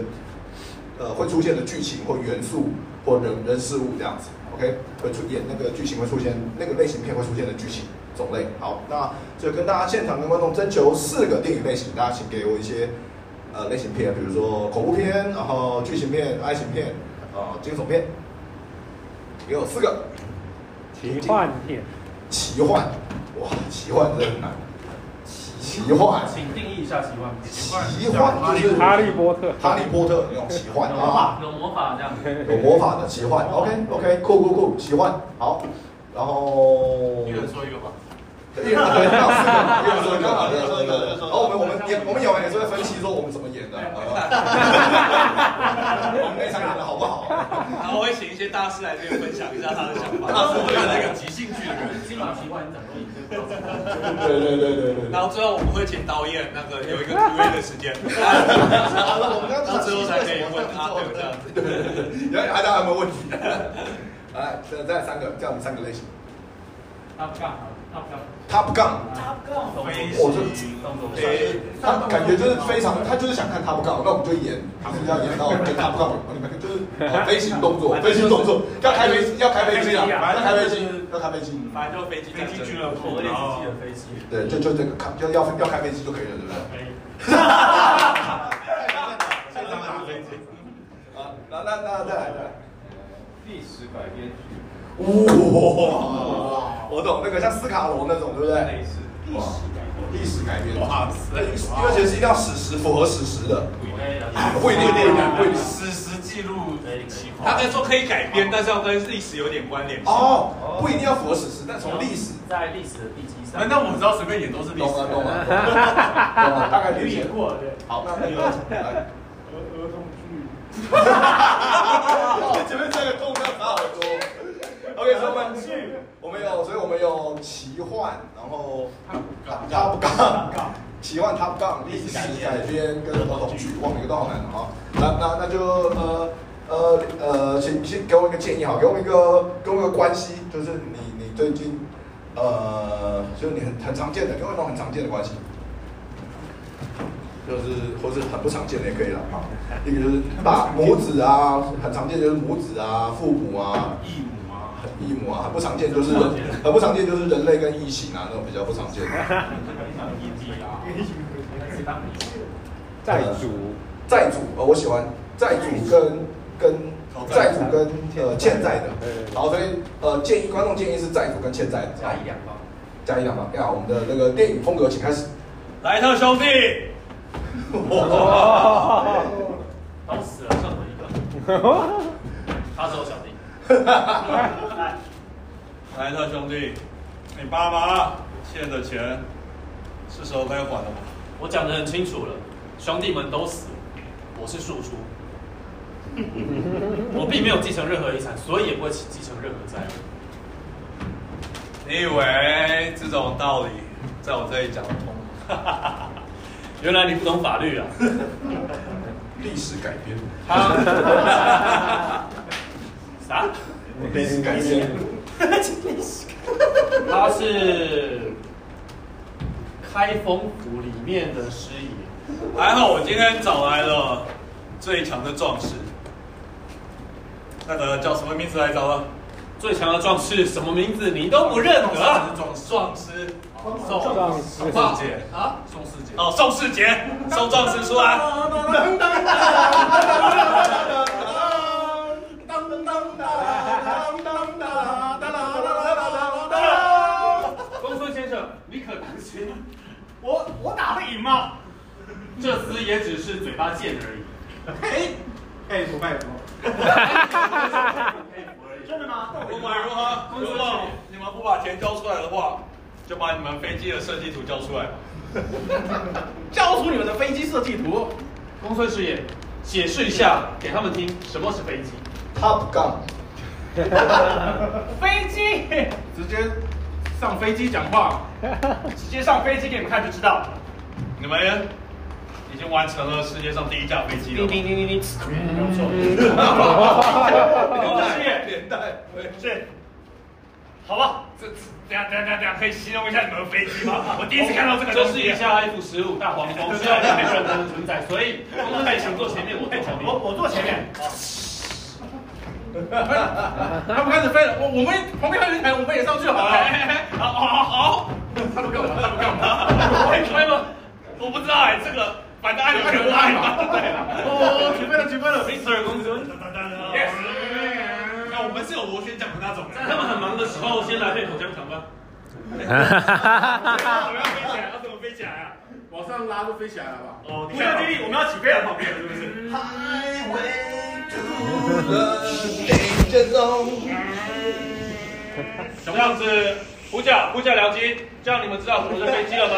Speaker 1: 呃会出现的剧情或元素或人人事物这样子，OK，会出演那个剧情会出现那个类型片会出现的剧情种类。好，那就跟大家现场跟观众征求四个电影类型，大家请给我一些呃类型片，比如说恐怖片，然后剧情片、爱情片，呃惊悚片，给我四个
Speaker 3: 奇幻片，
Speaker 1: 奇幻，哇，奇幻真的很难，奇幻。
Speaker 6: 请定义一下奇幻片。
Speaker 1: 奇幻就是
Speaker 3: 哈利波特，
Speaker 1: 哈利波特那种奇幻
Speaker 6: 有魔
Speaker 1: 啊，
Speaker 6: 法，有魔法这样。
Speaker 1: 有魔法的奇幻，OK OK，酷酷酷，奇幻，好，然后
Speaker 2: 一人说一个吧。
Speaker 1: 一人对，刚好四个，一人说一个，一人说
Speaker 9: 一人说一
Speaker 1: 一
Speaker 9: 个
Speaker 1: 个，然后我们我们演我们演完也是会分析说我们怎么演的，啊我们那场演的好不好？
Speaker 9: 然后我会请一些大师来这边分享一下他的想法。大
Speaker 2: 他是
Speaker 9: 师会
Speaker 2: 我
Speaker 9: 看
Speaker 2: 看那
Speaker 9: 那
Speaker 2: 个
Speaker 9: 个
Speaker 2: 即兴剧的人，
Speaker 6: 金马奇幻整个已经。
Speaker 1: 对对对对对。
Speaker 9: 然后最后我们会请导演那个有一个 Q&A 的时间，到最后才可以问他对不对？
Speaker 1: 对对对对，然后大家有没有问题？来，再再三个，这样我们三个类型
Speaker 6: 他不干，他不干。
Speaker 1: ，Top Gun。
Speaker 9: 飞
Speaker 1: 我就
Speaker 9: 行，飞，
Speaker 1: 他感觉就是非常，他就是想看他不告，那我们就演，他们要演到跟他不告，你们就是哦飞行动作，飞行动作，要开飞机，要开飞机啊，要开飞机，要开飞机，
Speaker 9: 反正就飞机哦战争
Speaker 6: 我有点自己的飞机。
Speaker 1: 对，就就这个看，就要要开飞机就可以了，对不对？
Speaker 9: 现场打飞机。
Speaker 1: 啊，那那那再来，再来
Speaker 6: 历史改编剧
Speaker 1: 哇，我懂那个像斯卡罗那种，对不对？
Speaker 6: 类似。
Speaker 1: 哇，历史改编，
Speaker 9: 哇塞
Speaker 1: 对因为其实是一定要史实符合史实的，不一定不一定
Speaker 9: 史实记录他在说可以改编，但是要跟历史有点关联性。
Speaker 1: 哦，不一定要符合史实，但从历史
Speaker 6: 在历史的地基上
Speaker 9: 哎
Speaker 2: 难道我们只要随便演都是历
Speaker 1: 懂
Speaker 2: 史
Speaker 1: 了？懂了，懂了，大概理解
Speaker 4: 演。过了对。
Speaker 1: 好，那那个来，
Speaker 4: 儿儿童 剧。
Speaker 1: 前面三个动作差好多。OK，所以我 们我们有，所以我们有奇幻，然后他不杠，奇幻他不杠，历史改编跟儿童剧，忘了一个都好难的啊。那那那就呃呃呃，请先给我一个建议哈，给我一个给我一个关系，就是你你最近呃，就是你很很常见的，给我一种很常见的关系。就是或是很不常见的也可以了啊。一个就是大母子啊，很常见就是母子啊、父母啊、
Speaker 2: 义母啊，
Speaker 1: 异母啊，很不常见就是人，很不常见就是人类跟异形啊那种比较不常见的。
Speaker 2: 义弟啊，
Speaker 3: 债主，
Speaker 1: 呃债主，呃，我喜欢债主跟跟债主跟呃欠债的
Speaker 3: 对对，对
Speaker 1: 然后所以呃建议观众建议是债主跟欠债的，
Speaker 6: 加一两吧。
Speaker 1: 加一两吧。哎那我们的那个电影风格请开始。
Speaker 9: 莱特兄弟，
Speaker 2: 都死了剩我 一个，他是我小弟。
Speaker 9: 莱特兄弟，你爸妈欠的钱是时候该还了吧？
Speaker 2: 我讲得很清楚了，兄弟们都死了，我是庶 出，我并没有继承任何遗产，所以也不会继承任何债务。
Speaker 9: 你以为这种道理在我这里讲得通吗？
Speaker 2: 原来你不懂法律啊！
Speaker 1: 历史改编，
Speaker 2: 他啥？
Speaker 14: 我临时改姓，
Speaker 2: 他是开封府里面的师爷，
Speaker 9: 还好我今天找来了最强的壮士。那个叫什么名字来着了？
Speaker 2: 最强的壮士，什么名字你都不认得啊？
Speaker 9: 壮士，壮士，
Speaker 2: 宋
Speaker 3: 壮士
Speaker 9: 壮士姐
Speaker 2: 啊，
Speaker 9: 宋世杰。哦，宋世杰，宋壮士出来。
Speaker 2: 公孙先生，你可当心，
Speaker 4: 我我打得赢吗？
Speaker 2: 这厮也只是嘴巴贱而已。
Speaker 6: 哎佩服 佩服。
Speaker 4: 真的吗？
Speaker 9: 不管如何，如果你们不把钱交出来的话，就把你们飞机的设计图交出来吧。
Speaker 6: 交出你们的飞机设计图。
Speaker 2: 公孙师爷，解释一下给他们听什么是飞机。
Speaker 1: Top Gun，
Speaker 4: 飞机，
Speaker 6: 直接上飞机讲话，
Speaker 4: 直接上飞机给你们看就知道。
Speaker 9: 你们已经完成了世界上第一架飞机了。
Speaker 2: 叮叮叮，没错。
Speaker 9: 年
Speaker 4: 公司
Speaker 9: 代，
Speaker 4: 也
Speaker 9: 年代，对。
Speaker 4: 是，好吧，
Speaker 9: 这这，等下等下等下，可以形容一下你们的飞机吗？我第
Speaker 2: 第
Speaker 9: 一
Speaker 2: 一
Speaker 9: 次
Speaker 2: 次
Speaker 9: 看
Speaker 2: 看
Speaker 9: 到
Speaker 2: 到
Speaker 9: 这
Speaker 2: 这
Speaker 9: 个
Speaker 2: 个
Speaker 9: 东西，
Speaker 2: 就
Speaker 9: 啊
Speaker 2: 是一下 F 十五大黄蜂，虽然也没认真存在，所以公孙在请坐前面，我在前面
Speaker 4: 我。我坐前面。
Speaker 6: 他们开始飞了，我我们旁边还有一台，我们也上去好了。
Speaker 9: 好好好，他们干嘛？他们干嘛？会吹吗？我不知道哎，这个反正按钮全按 嘛，对不对？
Speaker 2: 哎
Speaker 6: 哦，起飞了，起飞了。
Speaker 9: Mr. 公孙，Yes。那我们是有螺旋桨的那种，
Speaker 2: 在他们很忙的时候，先来配口香糖 吧。
Speaker 9: 我要飞起来，要怎么飞起来啊？
Speaker 6: 往上拉就飞起来了吧？
Speaker 9: 哦，不要弟弟，我们要起飞了，旁边是不是？
Speaker 8: Highway to the danger zone。
Speaker 2: 小胖子，呼叫呼叫僚机，这样你们知道什么是飞机了吗？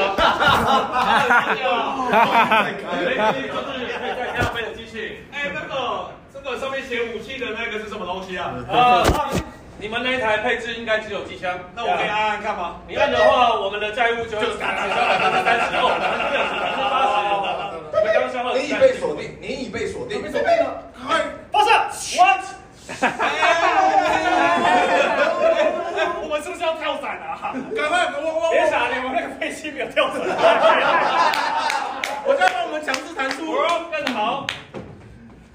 Speaker 2: 飞机就是可以在天上飞的机器。
Speaker 9: 哎，那个这个上面写武 器的那个是什么东西啊？
Speaker 2: 啊，你们那一台配置应该只有机枪，
Speaker 9: 那我可以按按看吗？
Speaker 2: 你按的话，我们的债务就会减少百分之三十六，百分之六十，百分之八十。我们刚消耗了
Speaker 8: 您已被 锁定，您已被锁定。被锁定了。
Speaker 9: 发射！What？我们是不是要跳伞啊？
Speaker 6: 赶快，我我
Speaker 9: 别
Speaker 6: 我，
Speaker 9: 傻，你们那个飞机没有跳伞。
Speaker 6: 我就要帮我们强制弹出。
Speaker 2: 不用更好。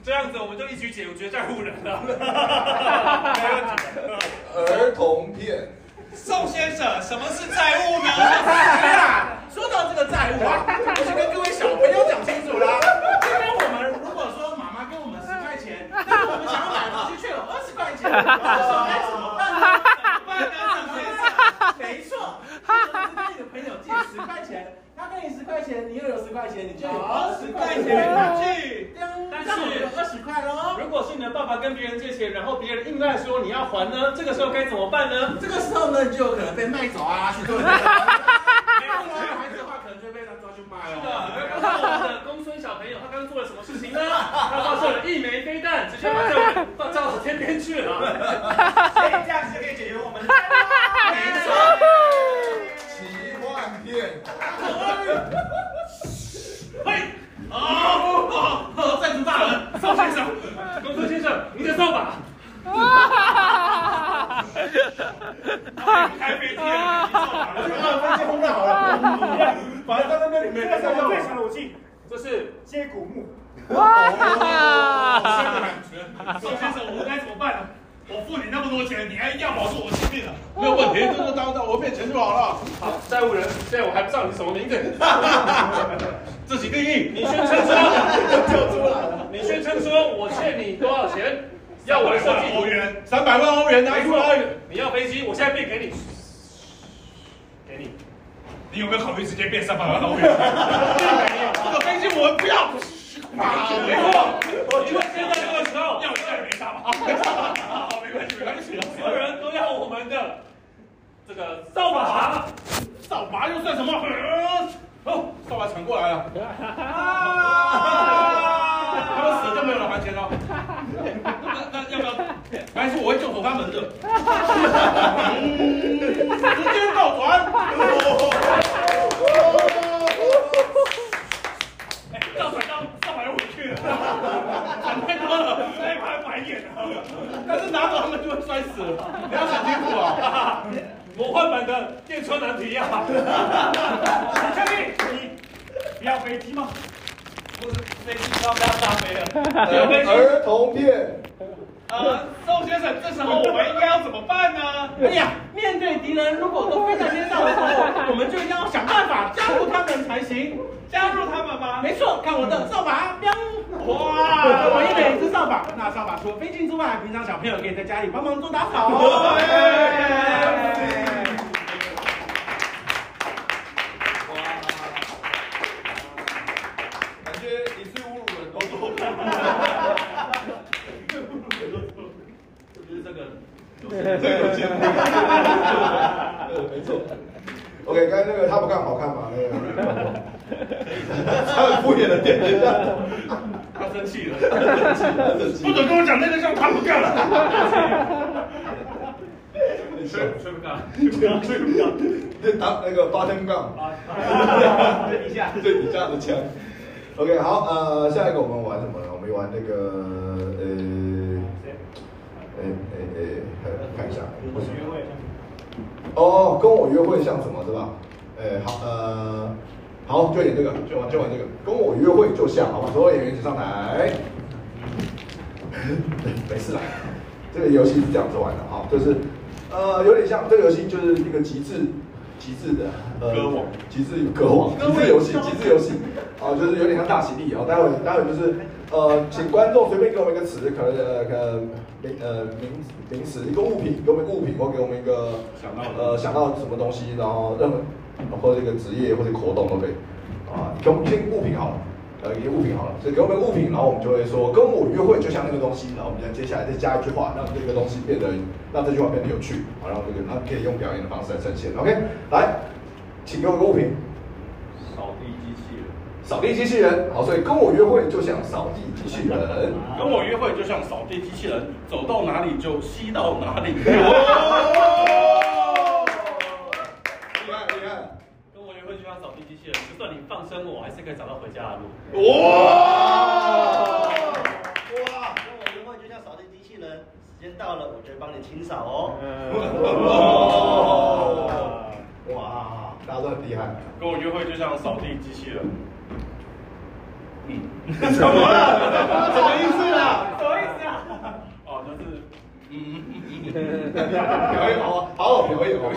Speaker 2: 这样子我们就一举解决债务人了。
Speaker 1: 儿童片，
Speaker 9: 宋先生，什么是债务呢？
Speaker 6: 说到这个债务啊，我想跟各位小朋友讲清楚啦。今天我们如果说妈妈给我们十块钱，但是我们想要买东西却有二十块钱，这时候该怎么办呢？没错，就是跟你的朋友借十块钱，他给你十块钱，你又有十块钱，你就有二十块钱。
Speaker 9: 去，
Speaker 6: 但是我有二十块哦喽。
Speaker 2: 如果是你的爸爸跟别人借钱，然后别人硬赖说你要还呢，这个时候该怎么办呢？
Speaker 6: 这个时候呢，你就有可能被卖走啊，去做 别的。没有没有孩子的话，可能就被他抓去卖哦。
Speaker 2: 刚刚我们的公孙小朋友，他刚刚做了什么 事情呢？他发射了一枚飞弹，直接把这个 放到天边去了。
Speaker 4: 这样就可以解决我们的债务啦。没错。
Speaker 1: 奇幻片，
Speaker 9: 债主大人，
Speaker 2: 宋先生，公孙先生，您的扫把。
Speaker 9: 开飞机了，
Speaker 4: 反正在那边里面，这是我最强的武器，
Speaker 2: 这是
Speaker 4: 接骨木。
Speaker 9: 宋先生，我们该怎么办呢？我付你那么多钱，你还要保住我性命啊？没有问题，这个当当我骗钱就好了。
Speaker 2: 好债务人，虽然我还不知道你什么名字， 自己定义。你宣称说，你宣称说我欠你多少钱？要我的设计图
Speaker 9: 欧元，
Speaker 6: 三百万欧元拿
Speaker 2: 没
Speaker 6: 出
Speaker 2: 错
Speaker 6: 来。，
Speaker 2: 你要飞机，我现在变给你，给你。
Speaker 9: 你有没有考虑直接变三百万欧 元？这个飞机我们不要。
Speaker 2: 没错，因为现在这个时候，
Speaker 9: 要一下也没 杀吧？好，没关系，没关系。
Speaker 2: 所有人都要我们的这个扫把。
Speaker 6: 扫把又算什么？哦，扫把抢过来了。他们死就呃没有人还钱了。那那要不要？还是我会救火他们的。嗯直接倒还。哎
Speaker 9: 到转到上海回去
Speaker 6: 哎
Speaker 9: 了，喊太多了，所以还白眼了。
Speaker 6: 但是拿走他们就会摔死。
Speaker 15: 你要想清楚啊！魔幻版的电车难题啊！下面你不要飞机吗？
Speaker 2: 不是飞机要不要搭 飞了？
Speaker 15: 有飞机。
Speaker 1: 儿童片，
Speaker 2: 呃，周先生，这时候我们应该要怎么办呢？
Speaker 7: 哎呀，面对敌人如果都飞在天上的时候，我们就一定要想办法加入他们才行。
Speaker 2: 加入他们吗？
Speaker 7: 没错，看我的扫把，喵！
Speaker 2: 哇
Speaker 7: 我一人一只扫把。那扫把除了飞进之外，平常小朋友可以在家里帮忙做打扫哦。
Speaker 6: 感觉你是侮辱人工作。
Speaker 2: 就是这个。
Speaker 6: 对，没错。
Speaker 1: OK，刚才那个他不看好看吗？那个，
Speaker 6: 他很敷衍的点了一下。
Speaker 2: 他生气了，不准跟我讲那个像他不干了。吹吹不干，吹不干，吹不干。
Speaker 1: 那打那个八天杠，
Speaker 2: 等一下，
Speaker 1: 对你这样的枪。OK，好，呃，下一个我们玩什么呢？我们玩那个呃，哎哎哎，呃看一下，不行。哦，跟我约会像什么是吧？哎，好，呃，好，就演这个，就玩就玩这个，跟我约会就像，好吧，所有演员请上台。 没事啦，这个游戏是这样子玩的哈，就是呃，有点像这个游戏就是一个极致极致的呃
Speaker 2: 歌王，
Speaker 1: 极致歌王，极致游戏，极致游戏啊，就是有点像大喜力啊。待会待会就是呃，请观众随便给我们一个词，可能呃可能名呃名名词，一个物品，给我们一个物品，或给我们一个
Speaker 2: 想到的
Speaker 1: 呃想到什么东西，然后任何或者一个职业或者一个活动都可以啊，给我们先物品好了。呃，一个物品好了，所以给我们一个物品，然后我们就会说跟我约会就像那个东西，然后我们再接下来再加一句话，让这个东西变得让这句话变得有趣，好，然后这个然后可以用表演的方式来呈现。OK，来，请给我一个物品，
Speaker 2: 扫地机器人，
Speaker 1: 扫地机器人。好，所以跟我约会就像扫地机器人。
Speaker 2: 跟我约会就像扫地机器人，走到哪里就吸到哪里。
Speaker 1: 厉害厉害！
Speaker 2: 跟我约会就像扫地机器人，就算你放生我，还是可以找到回家的路。
Speaker 16: 哦
Speaker 6: 哇！
Speaker 5: 哇，跟我约会就像扫地机器人，时间到了我就会帮你清扫哦。
Speaker 1: 哦，哇，大家都很厉害。
Speaker 2: 跟我约会就像扫地机器人。
Speaker 6: 怎么了？什么意思啦？
Speaker 17: 什么意思啊？
Speaker 2: 哦，就是
Speaker 1: 表演好啊，好好表演好啊。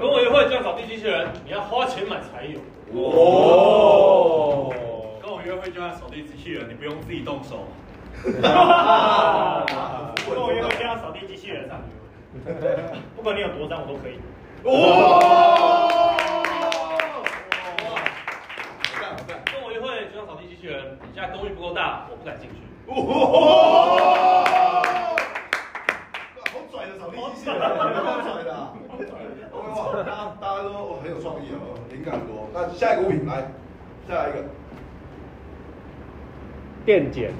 Speaker 2: 跟我约会就像扫地机器人，你要花钱买才有。
Speaker 1: 哦，
Speaker 2: 跟我约会就像扫地机器人，你不用自己动手。
Speaker 17: 跟我约会就要扫地机器人上约会，不管你有多脏，我都可以。
Speaker 2: 跟我约会就像扫地机器人，你家公寓不够大，我不敢进去。
Speaker 1: 哦好拽的扫地机器人，好拽的啊。哇，大家大家都哇很有创意哦，灵感多。那下一个物品来，再来一个。
Speaker 3: 电剪，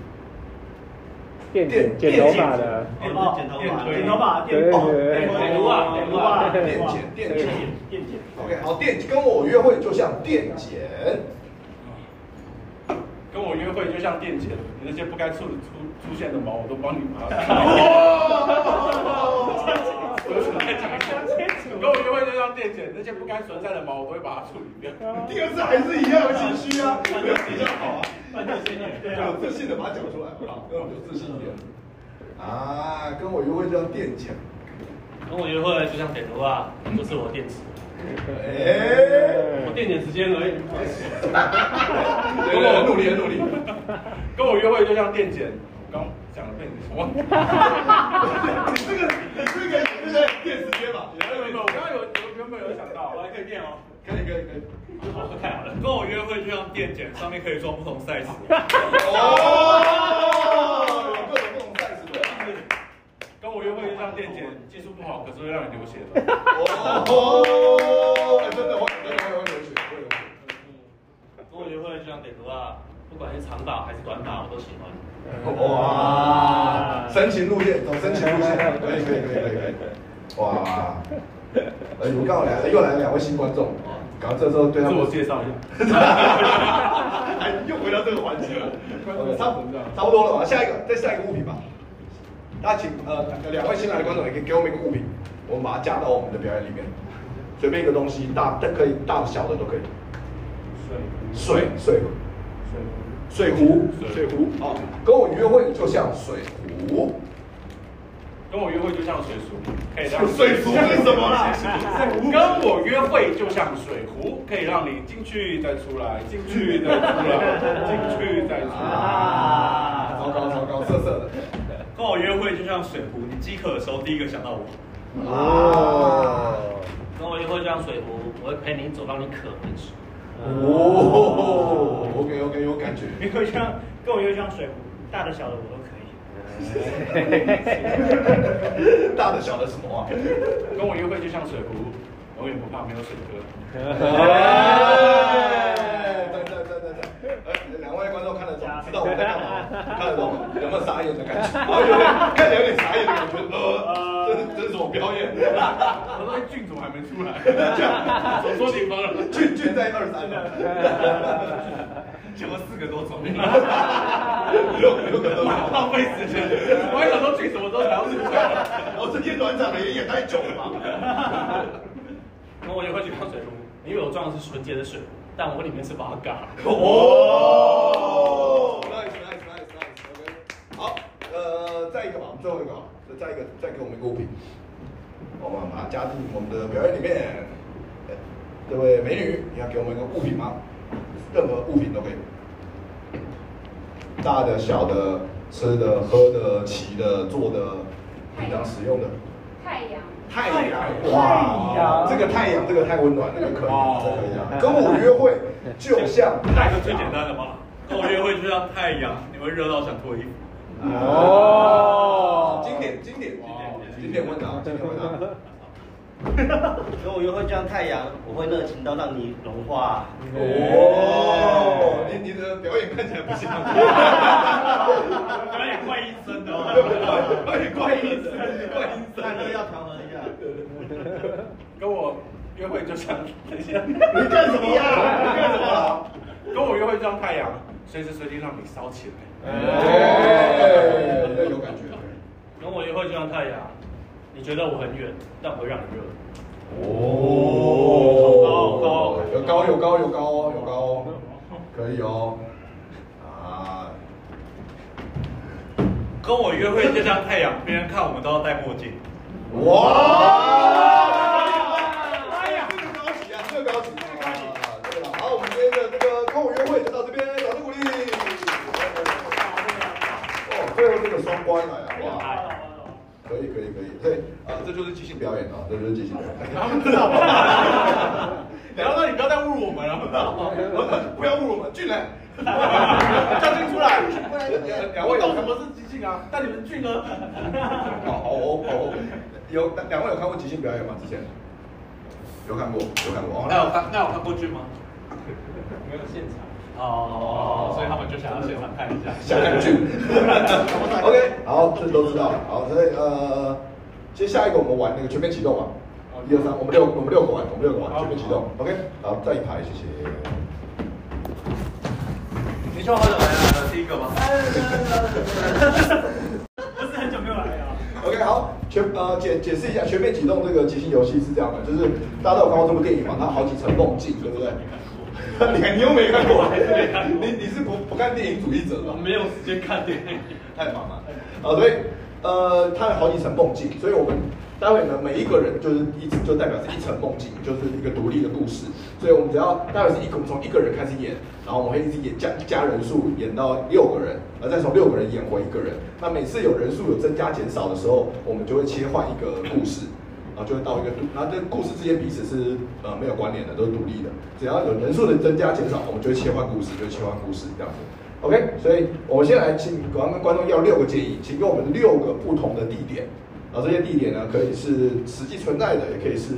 Speaker 3: 电剪
Speaker 1: 电
Speaker 3: 剪头发的，
Speaker 2: 哎
Speaker 5: 剪剪头发，
Speaker 17: 剪头发，
Speaker 3: 对对
Speaker 17: 电
Speaker 3: 对对
Speaker 2: 电炉啊
Speaker 17: 电炉啊，
Speaker 1: 电
Speaker 17: 炉啊
Speaker 1: 剪电
Speaker 17: 电剪，
Speaker 1: 剪
Speaker 17: 电剪。
Speaker 1: OK，好，电跟我约会就像电剪，
Speaker 2: 跟我约会就像电剪，你那些不该出出出现的毛，我都帮你拔。跟我约会就像电剪，那些不该存在的毛，我都会把它处理掉。
Speaker 1: 第二次还是一样的心虚啊，没有比较好啊。
Speaker 2: 对
Speaker 1: 有自信的把它讲出来，好，让我们有自信一点。啊，跟我约会就像电剪，
Speaker 2: 跟我约会就像点头啊，就是我电池，
Speaker 1: 哎，
Speaker 2: 我电点时间而已。
Speaker 6: 对对，很努力，很努力。
Speaker 2: 跟我约会就像电剪，我刚讲了被你忘了。
Speaker 6: 这个，这个，这个电时间吧，
Speaker 2: 没有没有，我刚刚有有原本有想到，我还可以变哦。
Speaker 6: 可以，可以，可以。
Speaker 2: 好，太好了。跟我约会就像电剪，上面可以装不同 size。
Speaker 6: 哦，有各种不同 size 的。
Speaker 2: 跟我约会就像电剪，技术不好，可是会让你流血的。
Speaker 6: 哦，哎真的，我真的我有血，我有血。
Speaker 2: 跟我约会就像点头啊，不管是长发还是短发，我都喜欢。
Speaker 1: 哇，深情路线，走深情路线，可以可以可以可以可以，哇，哎，我刚好来了，又来了两位新观众，然后这时候对他
Speaker 2: 自
Speaker 1: 们
Speaker 2: 我介绍一下。
Speaker 6: 哎，又回到这个环节了。
Speaker 1: OK，差不差不多了吧？下一个，再下一个物品吧。那请呃两位新来的观众也可以给我们一个物品，我们把它加到我们的表演里面，随便一个东西，大的可以，大小的都可以。水水水壶水壶啊，跟我约会就像水壶。
Speaker 2: 跟我约会就像水壶，可以让
Speaker 14: 水壶是什么啦
Speaker 2: 跟我约会就像水壶，可以让你进去再出来，进去再出来，进去再出
Speaker 16: 啊
Speaker 2: 来。
Speaker 1: 啊糟糕糟糕，涩涩的。
Speaker 9: 跟我约会就像水壶，你饥渴的时候第一个想到我。
Speaker 1: 啊哦。
Speaker 18: 跟我约会就像水壶，我会陪你走到你渴为 止。
Speaker 1: 哦，OK OK，有感觉。
Speaker 18: 约会像跟我约会像水壶，大的小的我都可以。
Speaker 1: 大的小的什么啊？
Speaker 2: 跟我约会就像水壶，永远不怕没有水喝。
Speaker 1: 哎对对对对对，呃，两位观众看得懂，知道我们在干嘛，看得懂，有没有傻眼的感觉？我有点看起来有点傻眼的感觉，呃，这是这是什么表演？
Speaker 2: 我说俊总还没出来，走错地方了。
Speaker 1: 俊俊在二三了，
Speaker 9: 结果四个都走，
Speaker 1: 六六个都走
Speaker 9: 浪费时间。我还想说俊什么时候才要出来？
Speaker 14: 我这天暖场的也演太久了吧？
Speaker 18: 跟我约会就像水壶，你以为我装的是纯洁的水壶，但我里面是八嘎。
Speaker 1: 哦，nice nice nice nice，OK，好，呃，再一个吧，我们最后一个吧，再再一个，再给我们一个物品，我们把它加进我们的表演里面。哎这位美女，你要给我们一个物品吗？任何物品都可以，大的、小的、吃的、喝的、骑的、坐的，平常使用的。
Speaker 19: 太阳，
Speaker 1: 太阳，哇，这个太阳，这个太温暖，那个可以，这个可以啊。跟我约会就像
Speaker 9: 那个最简单的嘛，跟我约会就像太阳，你会热到想脱衣服。
Speaker 1: 哦，经典经典经典经典问答，经典问答。
Speaker 5: 跟我约会就像太阳，我会热情到让你融化。
Speaker 1: 哦，你你的表演看起来不像，
Speaker 9: 表演怪医生的哦，
Speaker 1: 有点怪异，怪异。
Speaker 5: 那这要调和一下。
Speaker 2: 跟我约会就像那些，
Speaker 1: 你干什么呀？你干什么了？
Speaker 2: 跟我约会就像太阳，随时随地让你烧起来。
Speaker 1: 哎，这有感觉。
Speaker 18: 跟我约会就像太阳，你觉得我很远，但我会让你热。
Speaker 1: 哦，有高有高有高哦，有高哦，可以哦。啊，
Speaker 9: 跟我约会就像太阳，别人看我们都要戴墨镜。
Speaker 16: 啊
Speaker 1: 哇！哎呀，这个高级啊，这个高级，这个高级。对了，好，我们今天的这个跟我约会就到这边，掌声鼓励。哦，最后这个双关了呀，哇！可以可以可以，对啊，这就是即兴表演啊，这就是即兴表演。
Speaker 9: 他们知道吗？聊到你不要再侮辱我们了，
Speaker 1: 不要侮辱我们，俊来，
Speaker 9: 叫俊出来。
Speaker 1: 两
Speaker 9: 我
Speaker 1: 位有
Speaker 9: 懂什
Speaker 1: 看
Speaker 9: 么是即兴啊，但你们俊呢？
Speaker 1: 好好哦好，有两位有看过即兴表演吗？之前有看过，有看过。
Speaker 9: 哦那有看那有看过俊吗？
Speaker 18: 没有现场。
Speaker 9: 哦，所以他们就想要现场看一下。
Speaker 1: 想 看剧。OK，好，这都知道。好，所以呃，接下一个我们玩那个全面启动嘛，啊
Speaker 9: 哦
Speaker 1: 一二三，我们六我们六个玩，我们六个玩全面启动。OK，好，再一排，谢谢。
Speaker 9: 你说好久没来了，第一个吗？
Speaker 4: 不是很久没有来了。
Speaker 1: OK，好，全呃解解释一下全面启动这个即兴游戏是这样的，就是大家都有看过这部电影嘛，它好几层梦境，对不 对？你看你又没 看过，你你是不不看电影主义者吧？
Speaker 9: 没有时间看电影。
Speaker 1: 太忙了。啊，所以呃，它有好几层梦境，所以我们待会呢，每一个人就是一就代表是一层梦境，就是一个独立的故事。所以我们只要待会是一个，我们从一个人开始演，然后我们会一直演加加人数，演到六个人，而再从六个人演回一个人。那每次有人数有增加减少的时候，我们就会切换一个故事。然后就会到一个度，然后这故事之间彼此是呃没有关联的，都是独立的。只要有人数的增加减少，我们就会切换故事，就会切换故事这样子。OK，所以我们先来请观众观众要六个建议，请给我们六个不同的地点，然后这些地点呢可以是实际存在的，也可以是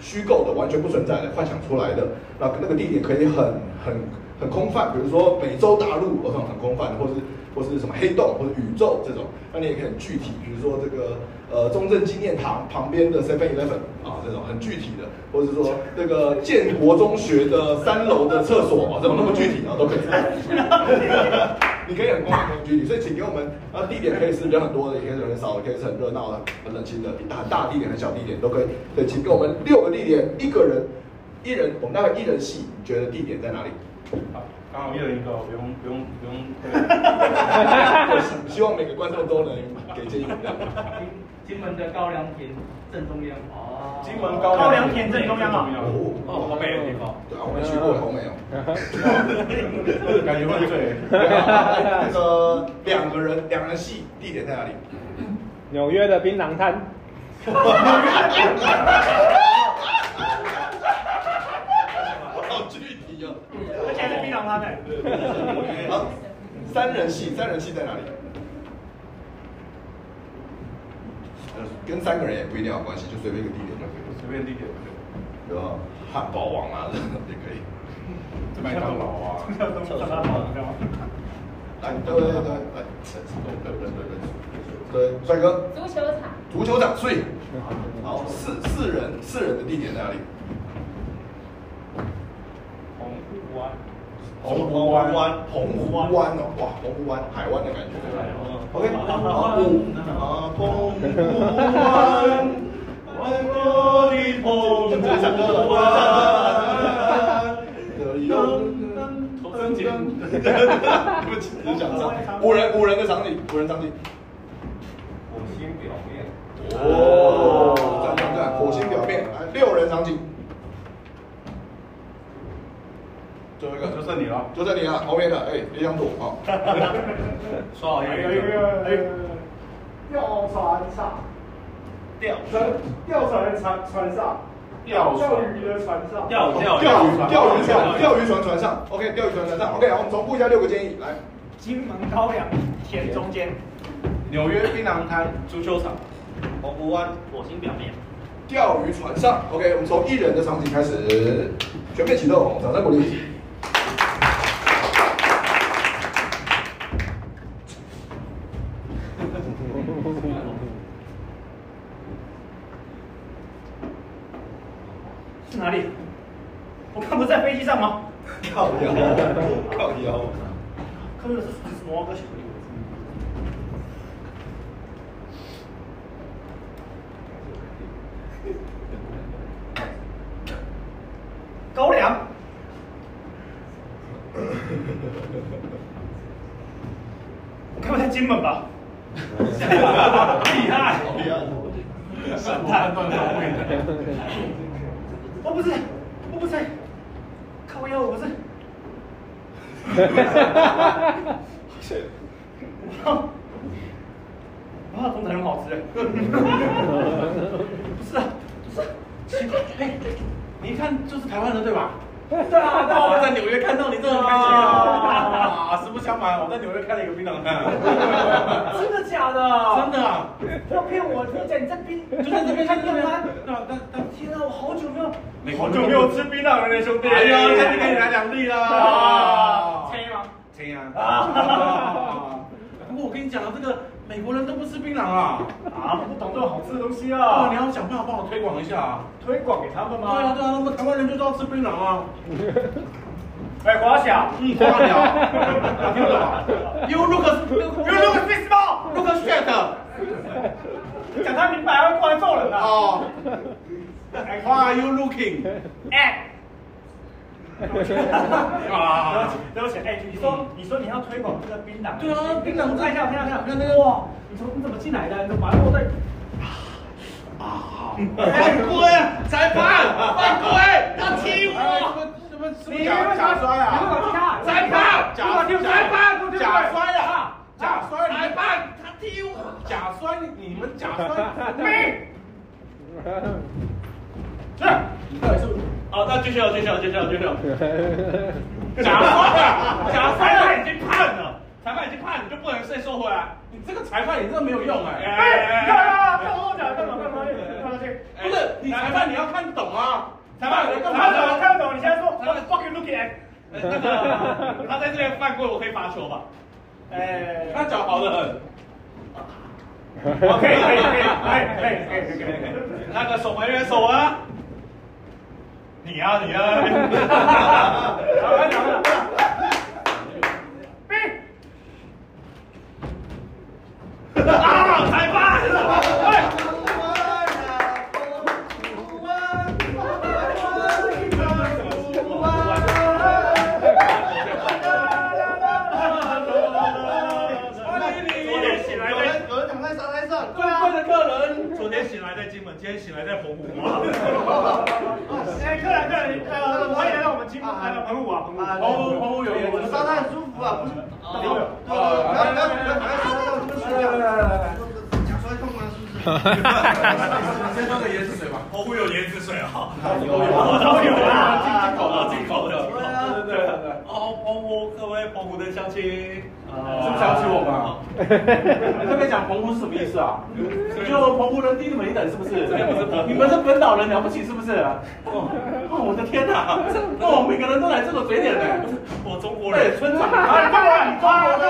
Speaker 1: 虚构的，完全不存在的，幻想出来的。那那个地点可以很很很空泛，比如说美洲大陆，我很很空泛，或是或是什么黑洞，或者宇宙这种。那你也可以很具体，比如说这个呃中正纪念堂旁边的 Seven Eleven 啊，这种很具体的，或者是说那个建国中学的三楼的厕所啊，这种那么具体啊都可以。你可以很光明居里，所以请给我们呃地点可以是人很多的，也可以是人少的，也可以是很热闹的、很冷清的，很大很大的地点、很小地点都可以。对，请给我们六个地点，一个人一人，我们待会一人戏，你觉得地点在哪里？
Speaker 20: 刚好一人一个，不用不用不用。
Speaker 1: 我希希望每个观众都能给建议。
Speaker 16: 金门的高粱田正中央。哦，
Speaker 1: 金门
Speaker 6: 高高粱田正中央啊
Speaker 1: 哦，好美的地方。对啊，我们去过，好美哦。
Speaker 20: 感觉会醉。
Speaker 1: 那个两个人，两人戏，地点在哪里？
Speaker 3: 纽约的槟榔摊。
Speaker 1: 好具体哦。
Speaker 6: 而且还是槟榔摊哎。
Speaker 1: 好，三人戏，三人戏在哪里？呃跟三个人也不一定有关系，就随便一个地点就可以了。随便地点对。有啊汉堡王啊，这种也可以。麦当劳啊。来，对对对，来，对对对对对，对，帅哥，
Speaker 21: 足球场，
Speaker 1: 足球场睡。好，四四人四人的地点在哪里？
Speaker 7: 红湖
Speaker 1: 澎
Speaker 7: 湾，
Speaker 1: 湖湾，澎湖湾哦，哇，澎湖湾，海湾的感觉。OK，好，五啊，澎湖 湾，万国的澎湖湾，头节目，对不起，只想唱五人五人的场景，五人场景。
Speaker 22: 火星表面，
Speaker 1: 哦，赞赞赞！火星表面，来六人场景。最后一个就剩你了，就剩你了，后面的哎，李想土好。
Speaker 7: 说好
Speaker 1: 一
Speaker 7: 一
Speaker 1: 个
Speaker 7: 个
Speaker 1: 一
Speaker 7: 一
Speaker 1: 个
Speaker 7: 个，
Speaker 2: 哎吊船上，
Speaker 7: 钓
Speaker 2: 船吊船的船船上，
Speaker 1: 钓船
Speaker 2: 钓鱼的船上，
Speaker 1: 钓钓钓鱼钓鱼船钓鱼船船上，OK，钓鱼船船上，OK，好，我们重复一下六个建议，来，
Speaker 6: 金门高粱田中间，
Speaker 1: 纽约槟榔摊
Speaker 7: 足球场，
Speaker 1: 澎湖湾
Speaker 7: 火星表面，
Speaker 1: 钓鱼船上，OK，我们从一人的场景开始，全面启动，掌声鼓励。
Speaker 6: 是哪里？我看不在飞机上吗？
Speaker 1: 靠腰，靠腰，
Speaker 6: 看的是什么歌曲？高粱，我看不在金门吧？厉害，
Speaker 1: 厉害，
Speaker 6: 神探段位我不是，我不是，靠腰，我不是。啊，粽子很好吃。不是啊，不是啊，奇怪，哎，
Speaker 7: 你一看就是台湾人对吧？
Speaker 6: 对啊，对啊
Speaker 7: 那我在纽约看到你，真的很开心
Speaker 6: 啊
Speaker 7: 啊！实不相瞒，我在纽约开了一个槟榔摊，
Speaker 6: 真的假的？
Speaker 7: 真的啊
Speaker 6: 不要骗我！你讲你在冰，
Speaker 7: 就在这边
Speaker 6: 看冰
Speaker 7: 就在这边
Speaker 6: 吗？天啊，我好久没有，
Speaker 7: 美国
Speaker 6: 好
Speaker 7: 人
Speaker 6: 久没有吃槟榔了呢，兄弟。
Speaker 7: 哎呦那就给你来两粒啦
Speaker 6: 啊切吗？
Speaker 7: 这样啊。不过我跟你讲啊，这个美国人都不吃槟榔啊，
Speaker 6: 啊，不懂这种好吃的东西
Speaker 7: 啊，
Speaker 6: 啊！
Speaker 7: 你要想办法帮我推广一下啊。
Speaker 6: 推广给他们
Speaker 7: 对
Speaker 6: 吗？
Speaker 7: 啊对啊，那么台湾人就知道吃槟榔 啊。
Speaker 6: 哎，华小，
Speaker 7: 嗯，花鸟，听不懂啊？You look, you look
Speaker 6: baseball,
Speaker 7: look shit.
Speaker 6: 讲他明白，他会过来揍人的。
Speaker 7: 哦。Why are you looking？
Speaker 6: 哎。
Speaker 7: 啊
Speaker 6: 啊！对不起，哎，你说你说你要推广这个槟榔？
Speaker 7: 对啊槟榔
Speaker 6: 看一下，看一下，看一下，看那个哇！你从你怎么进来的？你怎么把啊
Speaker 2: 啊
Speaker 6: 我在？啊！
Speaker 7: 犯规！裁判，犯规！他踢我！
Speaker 6: 什么
Speaker 7: 什么假假摔啊
Speaker 6: 你为什么踢他？
Speaker 7: 裁判，
Speaker 6: 你为什么踢我
Speaker 7: 假裁判，
Speaker 6: 对不对
Speaker 7: 假摔啊！假摔！
Speaker 6: 啊
Speaker 7: 裁判，他踢我！假摔，你们假摔！
Speaker 6: 没。
Speaker 7: 你到底是？哦，那继续了，继续了，继续了，继续了。假摔啊！假摔，他已经判了，裁判已经判，你就不能再收回来。你这个裁判，你真的没有用哎！
Speaker 6: 哎，你看啊，看我讲，看我干嘛？看我去。
Speaker 7: 哎不是你裁判，你要看懂啊！裁判，你
Speaker 6: 看
Speaker 7: 干
Speaker 6: 不
Speaker 7: 嘛呢？
Speaker 6: 懂，看不懂，你现在说，what the fuck you looking at？
Speaker 7: 哎那个 他在这边犯规，我可以罚球吧？
Speaker 6: 哎，
Speaker 7: 他脚好得很。
Speaker 6: OK，可以，可以，可以，可以，可以，可以，可以。
Speaker 7: 那个守门员守啊！你啊你啊！
Speaker 6: 好，看讲了。
Speaker 2: 今天醒来在澎湖吗？哎，克兰克兰，呃，欢迎来到我们金门，来到澎湖啊，澎湖，澎湖，澎湖有我们沙滩很舒服啊，不是？对对对，来来来来来来来来来，
Speaker 5: 讲出来痛吗？是不是？
Speaker 2: 先喝个椰子水吧，澎湖有椰子水啊，有有有啊，进口的进口的，对啊对对，哦，澎湖各位澎湖的乡亲，
Speaker 6: 是不是瞧起我们？你特别讲澎湖是什么意思啊？就澎湖人低你们一等是不是？你们是本岛人了不起是不是？哦，我的天哪！哦，每个人都来这个嘴脸呢。
Speaker 2: 我中国
Speaker 6: 对，
Speaker 2: 人，
Speaker 6: 村长，
Speaker 2: 哎，过来，你中国人
Speaker 5: 你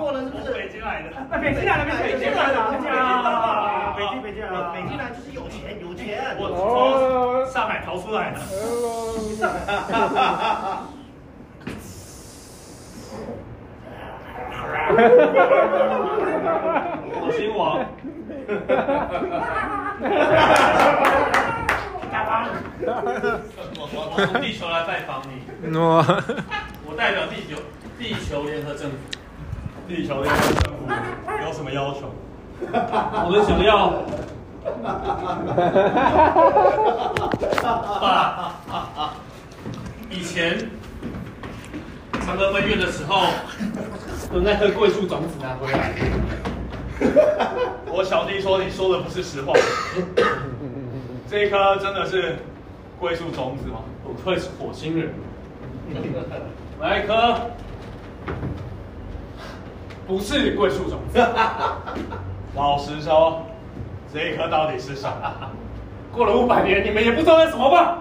Speaker 5: 中国人是不哎是？
Speaker 2: 北京来 的，
Speaker 7: 那北京来的，北京来的，
Speaker 5: 北京
Speaker 7: 啊，北京北京啊，
Speaker 5: 北京人就是有钱，有钱。
Speaker 2: 我
Speaker 5: 哦
Speaker 3: 哦
Speaker 2: 从上海逃出 来的。我姓王。大王，我我我从地球来拜访你，
Speaker 3: 我
Speaker 2: 我代表地球地球联合政府，地球联合政府有什么要求？我们想要把以前嫦娥奔月的时候，
Speaker 23: 有那颗桂树种子拿回来。
Speaker 2: 我小弟说你说的不是实话，这一颗真的是桂树种子吗？不愧是火星人。来一颗，不是桂树种子。老实说，这一颗到底是什么？过了五百年，你们也不知道是什么吧？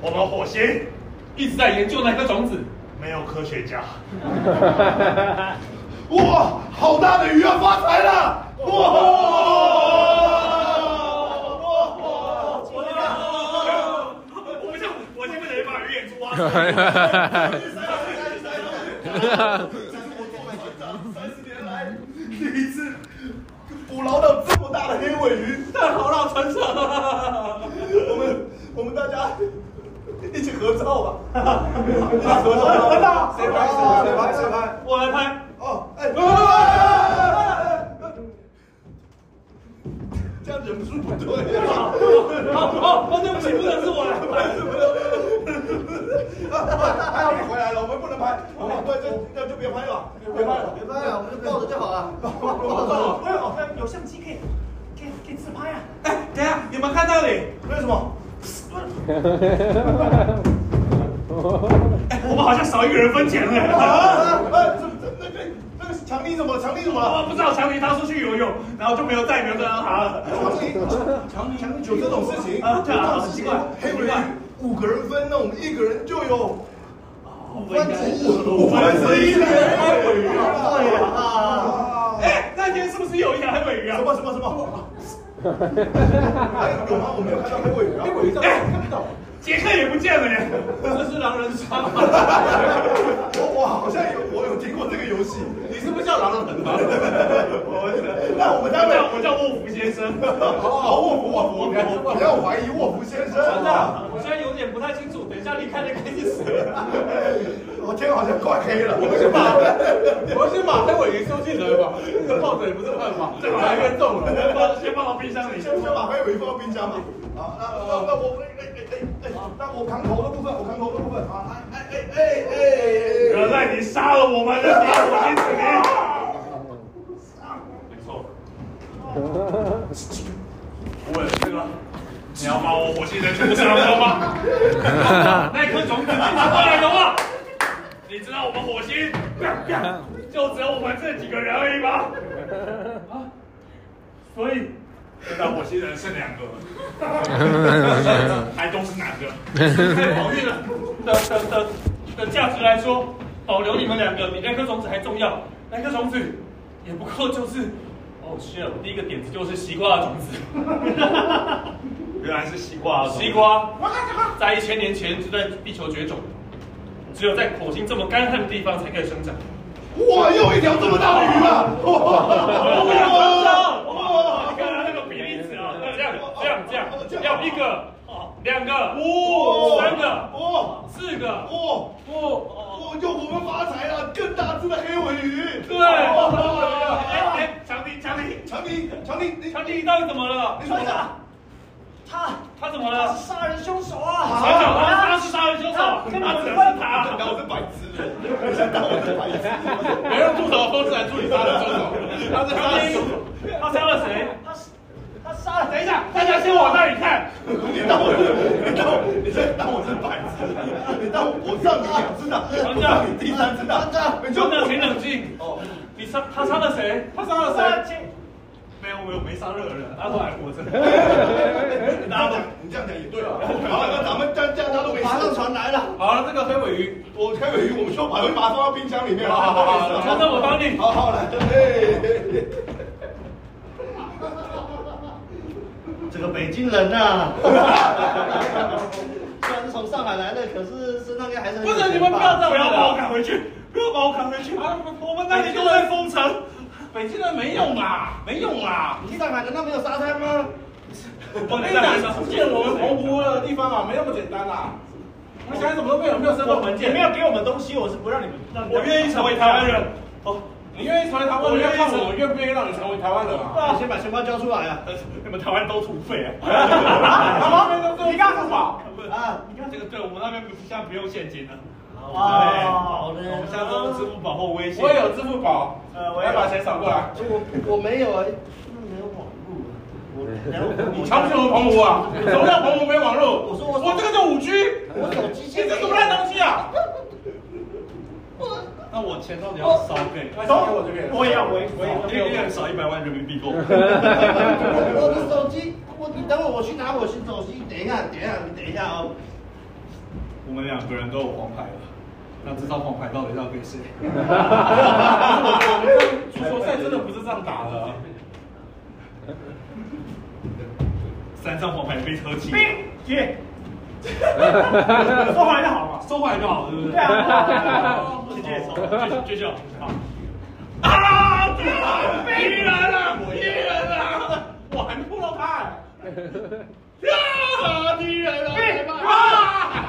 Speaker 2: 我们火星一直在研究那颗种子，没有科学家。
Speaker 1: 哇，好大的鱼啊！发财了！哇！
Speaker 2: 我不想，我先不能把鱼眼珠挖出
Speaker 1: 三十年来第一次捕捞到这么大的黑尾鱼，
Speaker 2: 太好了，船长。
Speaker 1: 我们我们大家一起合照吧。一起合照，
Speaker 2: 合照
Speaker 1: 谁拍谁拍谁拍？
Speaker 2: 我来拍。
Speaker 1: 哦，哎，这样忍不住不对呀。
Speaker 2: 好好，哦，对不起，不能是我来拍。
Speaker 1: 还好你回来了，我们不能拍，我们不就那就别拍了，别拍了，别拍了，我们就抱着就好了。
Speaker 7: 哎呦，有相机可以，可以可以自拍啊。
Speaker 2: 哎，等一下，你们看到你？
Speaker 1: 为什么？
Speaker 2: 哎，我们好像少一个人分钱了。
Speaker 1: 啊！哎，这这那个那个强力怎么了？强力怎么
Speaker 2: 我
Speaker 1: 了？
Speaker 2: 不知道强尼他出去游泳，然后就没有再也没有再让他了。
Speaker 1: 强力强力强力有这种事情
Speaker 2: 啊对啊
Speaker 1: 这种事情
Speaker 2: 好奇怪
Speaker 1: 黑尾鱼五个人分，那我们一个人就有
Speaker 2: 五分之一，
Speaker 1: 五分之一的黑尾鱼啊！
Speaker 2: 对啊。哎，那天是不是有一条黑尾鱼啊
Speaker 1: 什？么什么什么？还有有吗？我没有看到黑尾鱼啊！黑尾鱼在看不到。
Speaker 2: 杰克也不见了耶，这是狼人杀吗？
Speaker 1: 我我好像有我有听过这个游戏，
Speaker 2: 你是不是叫狼人吗？
Speaker 1: 那我们待会
Speaker 2: 我叫沃夫先 生。
Speaker 1: 好，我我我我比较怀疑沃夫先生。
Speaker 2: 船长，我现在有点不太清楚，等一下离开的开 始死了。
Speaker 1: 我天好像快黑了，我们
Speaker 24: 我先把黑尾鱼收进来吧，抱着也不是办法，这来越重了。
Speaker 2: 放先放到冰箱里。
Speaker 1: 先先把黑尾放到冰箱吧。啊好，那那那我哎哎哎哎，那我扛头的部分，我扛头的部分啊，哎哎哎哎
Speaker 2: 原来你杀了我们的敌我金子林。没错，我有这个。你要把我火星人全部杀光吗？ 那颗种子你拿过来了吗？你知道我们火星就只有我们这几个人而已吗？啊，所以现在火星人剩两个，还都是男的，在保育的的的的的价值来说，保留你们两个比那颗种子还重要。那颗种子也不够，就是哦，是啊，我第一个点子就是西瓜的种子，
Speaker 24: 原来是西瓜
Speaker 2: 西瓜在一千年前就在地球绝种，只有在火星这么干旱的地方才可以生长。
Speaker 1: 哇，又一条这么大的鱼啊！
Speaker 2: 你看它那个比例尺啊，这样这样这样，要一个，两个，三个，
Speaker 1: 哦
Speaker 2: 四个，
Speaker 1: 哦
Speaker 2: 五，
Speaker 1: 哦，就我们发财了，更大只的黑尾鱼。
Speaker 2: 对。哎哎，强尼强尼，
Speaker 14: 长笛，长笛，
Speaker 2: 长笛到底怎么了？
Speaker 14: 你怎么了？
Speaker 1: 啊
Speaker 2: 他他怎么了？
Speaker 5: 杀人凶手啊！
Speaker 2: 小小他他是杀人凶手，
Speaker 5: 他
Speaker 2: 那只能是他。
Speaker 5: 啊
Speaker 14: 当我是白痴了，当我是白痴，
Speaker 2: 没用助手的方式来处理杀人凶手，他是杀人凶手，他杀了谁？
Speaker 5: 他他杀了
Speaker 2: 等一下，大家先往那里看。
Speaker 14: 你当我是，你当我，你在当我是白痴，你当我上你两次的，我上你第三次的，你
Speaker 2: 就那请冷静。哦，你杀他杀了谁？他杀了谁？没有，没有，没杀任何人，阿后还活着。
Speaker 14: 大家讲，你这样讲也对啊。好了，那咱们这样这样，他都没
Speaker 5: 马上传来了。
Speaker 2: 好了，这个黑尾鱼，
Speaker 14: 我黑尾鱼，我们需要把它把它放到冰箱里面。
Speaker 2: 好好好，那那我帮你。
Speaker 14: 好好来，嘿。
Speaker 5: 这个北京人呐，虽然是从上海来的，可是身上应该还是
Speaker 2: 不是你们不要
Speaker 5: 这
Speaker 2: 不要把我
Speaker 5: 样，
Speaker 2: 赶回去，不要把我赶回去。啊，我们那里都在封城，北京人没用啦，没用啦。
Speaker 5: 你去上海难道没有沙滩吗？
Speaker 2: 我跟
Speaker 3: 哎
Speaker 2: 你
Speaker 3: 呀，
Speaker 2: 讲，
Speaker 3: 福建我们澎湖的地方啊，没那么简单啦。我们想怎么都没有，没有身份文件，
Speaker 4: 没有给我们东西，我是不让你们。
Speaker 6: 啊
Speaker 4: 让
Speaker 2: 我愿意成为台湾人。哦，
Speaker 3: 你愿意成为台湾人，要看我愿不愿意让你成为台湾人啊？
Speaker 5: 你先把钱包交出来啊！
Speaker 2: 你们台湾都土匪啊！
Speaker 3: 好吗？你干什么？
Speaker 2: 啊，你看这个，对我们那边不现在不用现金了。
Speaker 5: 好
Speaker 2: 对，我们现在都用支付宝或微信。
Speaker 3: 我也有支付宝，
Speaker 2: 呃，
Speaker 3: 我
Speaker 2: 我
Speaker 3: 要
Speaker 2: 也
Speaker 3: 把
Speaker 2: 把
Speaker 3: 钱
Speaker 2: 钱
Speaker 3: 扫
Speaker 2: 扫
Speaker 3: 过
Speaker 2: 过
Speaker 3: 来
Speaker 2: 来。。
Speaker 5: 我没有啊，没有网络啊，我
Speaker 3: 你瞧不起我们澎湖啊？什么叫澎湖没网络？
Speaker 5: 我说我
Speaker 3: 我这个叫五 G，
Speaker 5: 我手机
Speaker 3: 你
Speaker 5: 现
Speaker 3: 这
Speaker 5: 在
Speaker 3: 什么烂东西啊？
Speaker 2: 那我钱到底要烧给？
Speaker 3: 走，我这边，
Speaker 4: 我也要，我也我
Speaker 2: 一
Speaker 4: 也
Speaker 2: 个
Speaker 4: 我也
Speaker 2: 月少一百万人民币够。
Speaker 5: 我的手机，我你等我，我去拿我新手机。等一下，等一下，你等一下哦。
Speaker 2: 我们两个人都有黄牌了，那这张黄牌到底要给谁？我
Speaker 3: 们足球赛真的不是这样打的。
Speaker 2: 三张黄牌被合起。
Speaker 4: 冰姐，说话就好嘛。
Speaker 2: 收回来就好，对不对？
Speaker 4: 对啊
Speaker 2: 谢谢，继续，继续，好。啊！对了，被人了，敌人了，我还没碰到他。啊！敌人了，啊！啊！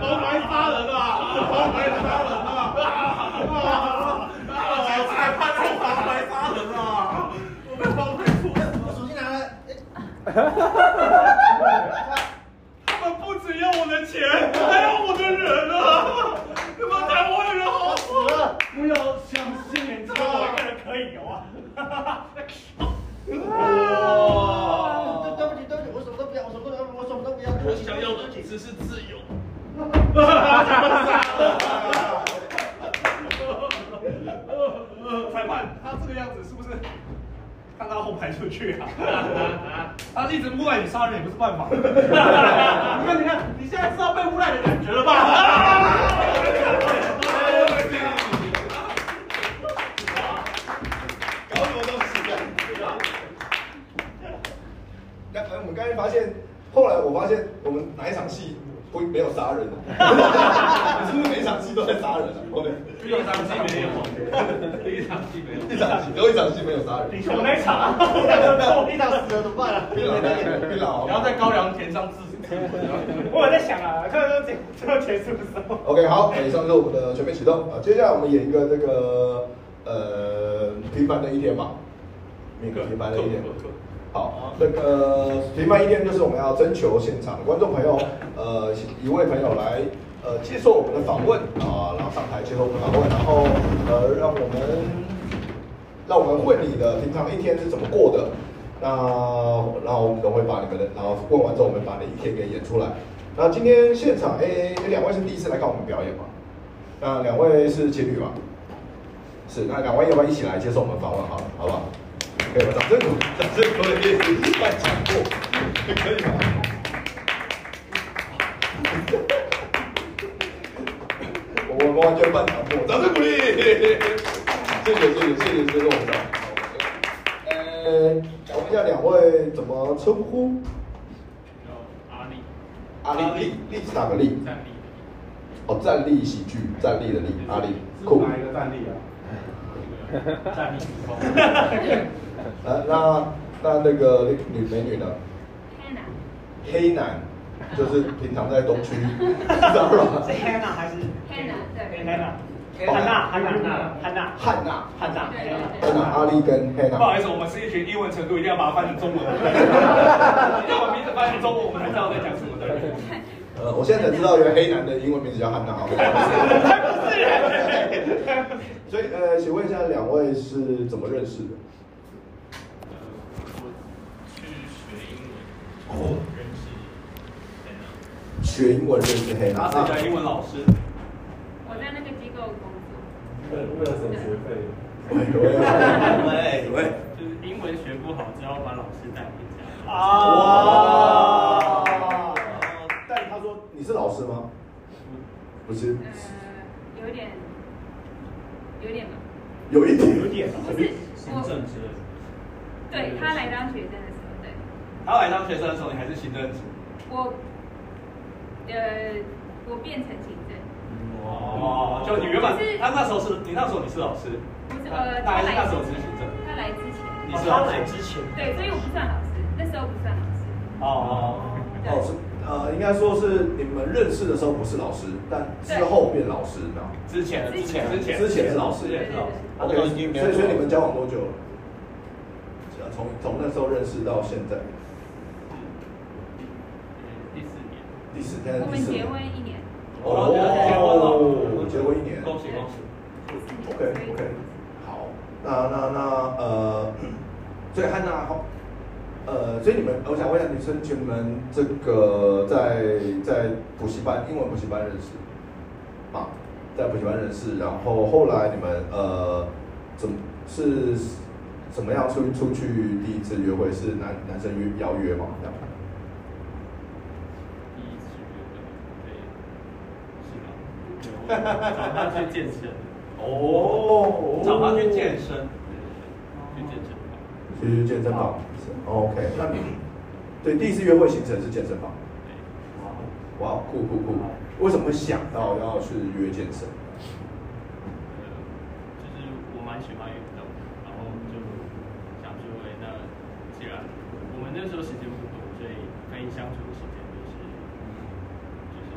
Speaker 2: 我怀杀人了，我怀杀人了，啊！我害怕他黄牌杀人啊！我被黄牌出
Speaker 5: 我手机拿来，
Speaker 2: 他们不只要我的钱，还要我的人啊！他妈台湾人好
Speaker 5: 死了！
Speaker 4: 不要相信这我一个人可以有啊。
Speaker 5: 哇！哦对对不起，对不起，我什么都不要，我什么都不要，我什么都不要。
Speaker 2: 我想要的其实是自由。呃裁判，他这个样子是不是看他后排出 去啊？他一直诬赖你杀人也不是办法。你看，你看，你现在知道被诬赖的感觉了吧？
Speaker 6: 哎
Speaker 14: 搞什么东西啊？
Speaker 1: 那我们刚才发现，后来我发现我们哪一场戏不没有杀人啊？是不是每一场戏都在杀人啊？后面
Speaker 2: 一场戏没有，一场戏没有。
Speaker 1: 一场戏，只有一场戏没有杀人。
Speaker 4: 你说我那一场啊，
Speaker 5: 你打死了怎么办啊？
Speaker 1: 槟榔蛋，槟榔。
Speaker 2: 然后在高粱田上自己。
Speaker 4: 我有在想啊，看看这最后结束的时候。
Speaker 1: OK，好，以上就是我们的全面启动啊。接下来我们演一个这个呃平凡的一天吧，那个平凡的一天。好，那个平凡一天就是我们要征求现场的观众朋友，呃，一位朋友来呃接受我们的访问啊，然后上台接受我们的访问，然后呃让我们让我们问你的平常一天是怎么过的，那然后我们都会把你们的，然后问完之后我们把你一天给演出来。那今天现场，哎、哎两位是第一次来看我们表演吗？那呃两位是情侣吧？是，那两位要不要一起来接受我们访问好了，好不好？可以吗？掌声鼓，掌声鼓励，乱讲过，可以吗？ 我们完全半场过，掌声鼓励，谢谢谢谢谢谢谢谢我们的。呃，想问一下两位怎么称呼？
Speaker 2: 阿里，
Speaker 1: 阿力，力力是哪个力？
Speaker 2: 站立。
Speaker 1: 哦，站立喜剧，站立的立，阿力，酷。
Speaker 7: 哪一个战力啊？
Speaker 2: 站立时空。
Speaker 1: 呃，那那那个女美女呢？黑男，就是平常在东区，知道吧？
Speaker 19: 是 Hannah 还是
Speaker 21: Hannah，对
Speaker 19: Hannah？
Speaker 3: 汉娜，汉娜，汉娜，
Speaker 1: 汉娜，
Speaker 3: 汉娜，
Speaker 1: 汉娜，阿丽跟黑娜。
Speaker 6: 不好意思，我们是一群英文程度一定要把它翻成中文，要把名字翻成中文，我们才知道在讲什么的人。
Speaker 1: 呃，我现在才知道原来黑男的英文名字叫汉娜。好不好所以呃，请问一下两位是怎么认识的？
Speaker 25: 哦，认识天哪！
Speaker 1: 呃学英文认啊识黑娜。
Speaker 6: 他是一个英文老师。
Speaker 21: 我在那个机构工作。
Speaker 26: 为为了省学费。
Speaker 1: 哎
Speaker 27: 喂喂，
Speaker 2: 就是英文学不好，只要把老师带回家。
Speaker 1: 啊！但他说你是老师吗？不是，
Speaker 21: 有一点，有一点吧。
Speaker 1: 有一点，
Speaker 2: 有点
Speaker 21: 不是我
Speaker 2: 之类的。
Speaker 21: 对他来当学生的时候，对
Speaker 6: 他来当学生的时候，你还是行政职。
Speaker 21: 我，呃，我变成行政，
Speaker 6: 哦，就你原本
Speaker 21: 是
Speaker 6: 他那时候是你那时候你是老师，
Speaker 21: 不是
Speaker 6: 他
Speaker 21: 呃，
Speaker 6: 大概
Speaker 21: 他
Speaker 6: 是
Speaker 21: 来
Speaker 6: 那时候
Speaker 21: 之
Speaker 6: 只是
Speaker 21: 前，
Speaker 6: 行政。
Speaker 21: 他来之前，
Speaker 6: 你是老师哦他来之前
Speaker 21: 对，所以我不算老师，那时候不算老师，
Speaker 6: 哦
Speaker 1: 哦是呃，应该说是你们认识的时候不是老师，但之后变老师呢？
Speaker 6: 之前之前
Speaker 1: 之前之前是老师，
Speaker 6: 之前是老师。
Speaker 1: OK，所以所以你们交往多久了？呃从从那时候认识到现在，
Speaker 2: 第四年，
Speaker 1: 第四天
Speaker 21: 我
Speaker 1: 第
Speaker 21: 们
Speaker 1: 四
Speaker 21: 结
Speaker 1: 年。
Speaker 21: 婚一年，
Speaker 1: 哦，
Speaker 6: 结婚
Speaker 1: 了，哦结婚一年。
Speaker 6: 恭喜恭喜！
Speaker 1: OK OK，好，那那那呃， 所以汉娜好，呃，所以你们，我想问一下，女生你们这个在在补习班英文补习班认识啊，在补习班认识，然后后来你们呃，怎么是怎么样出出去第一次约会是男男生约邀约吗？这样
Speaker 2: 第一次约会，对，是吧？对，我找他去健身。
Speaker 1: 哦
Speaker 2: 找他去健身，对，去健身房。
Speaker 1: 去健身房。OK，那你对第一次约会行程是健身房。哇，酷酷酷！为什么会想到要去约健身？
Speaker 2: 就是我蛮喜欢运动，然后就想说，哎，那既然我们那时候时间不多，所以可以相处的时间就是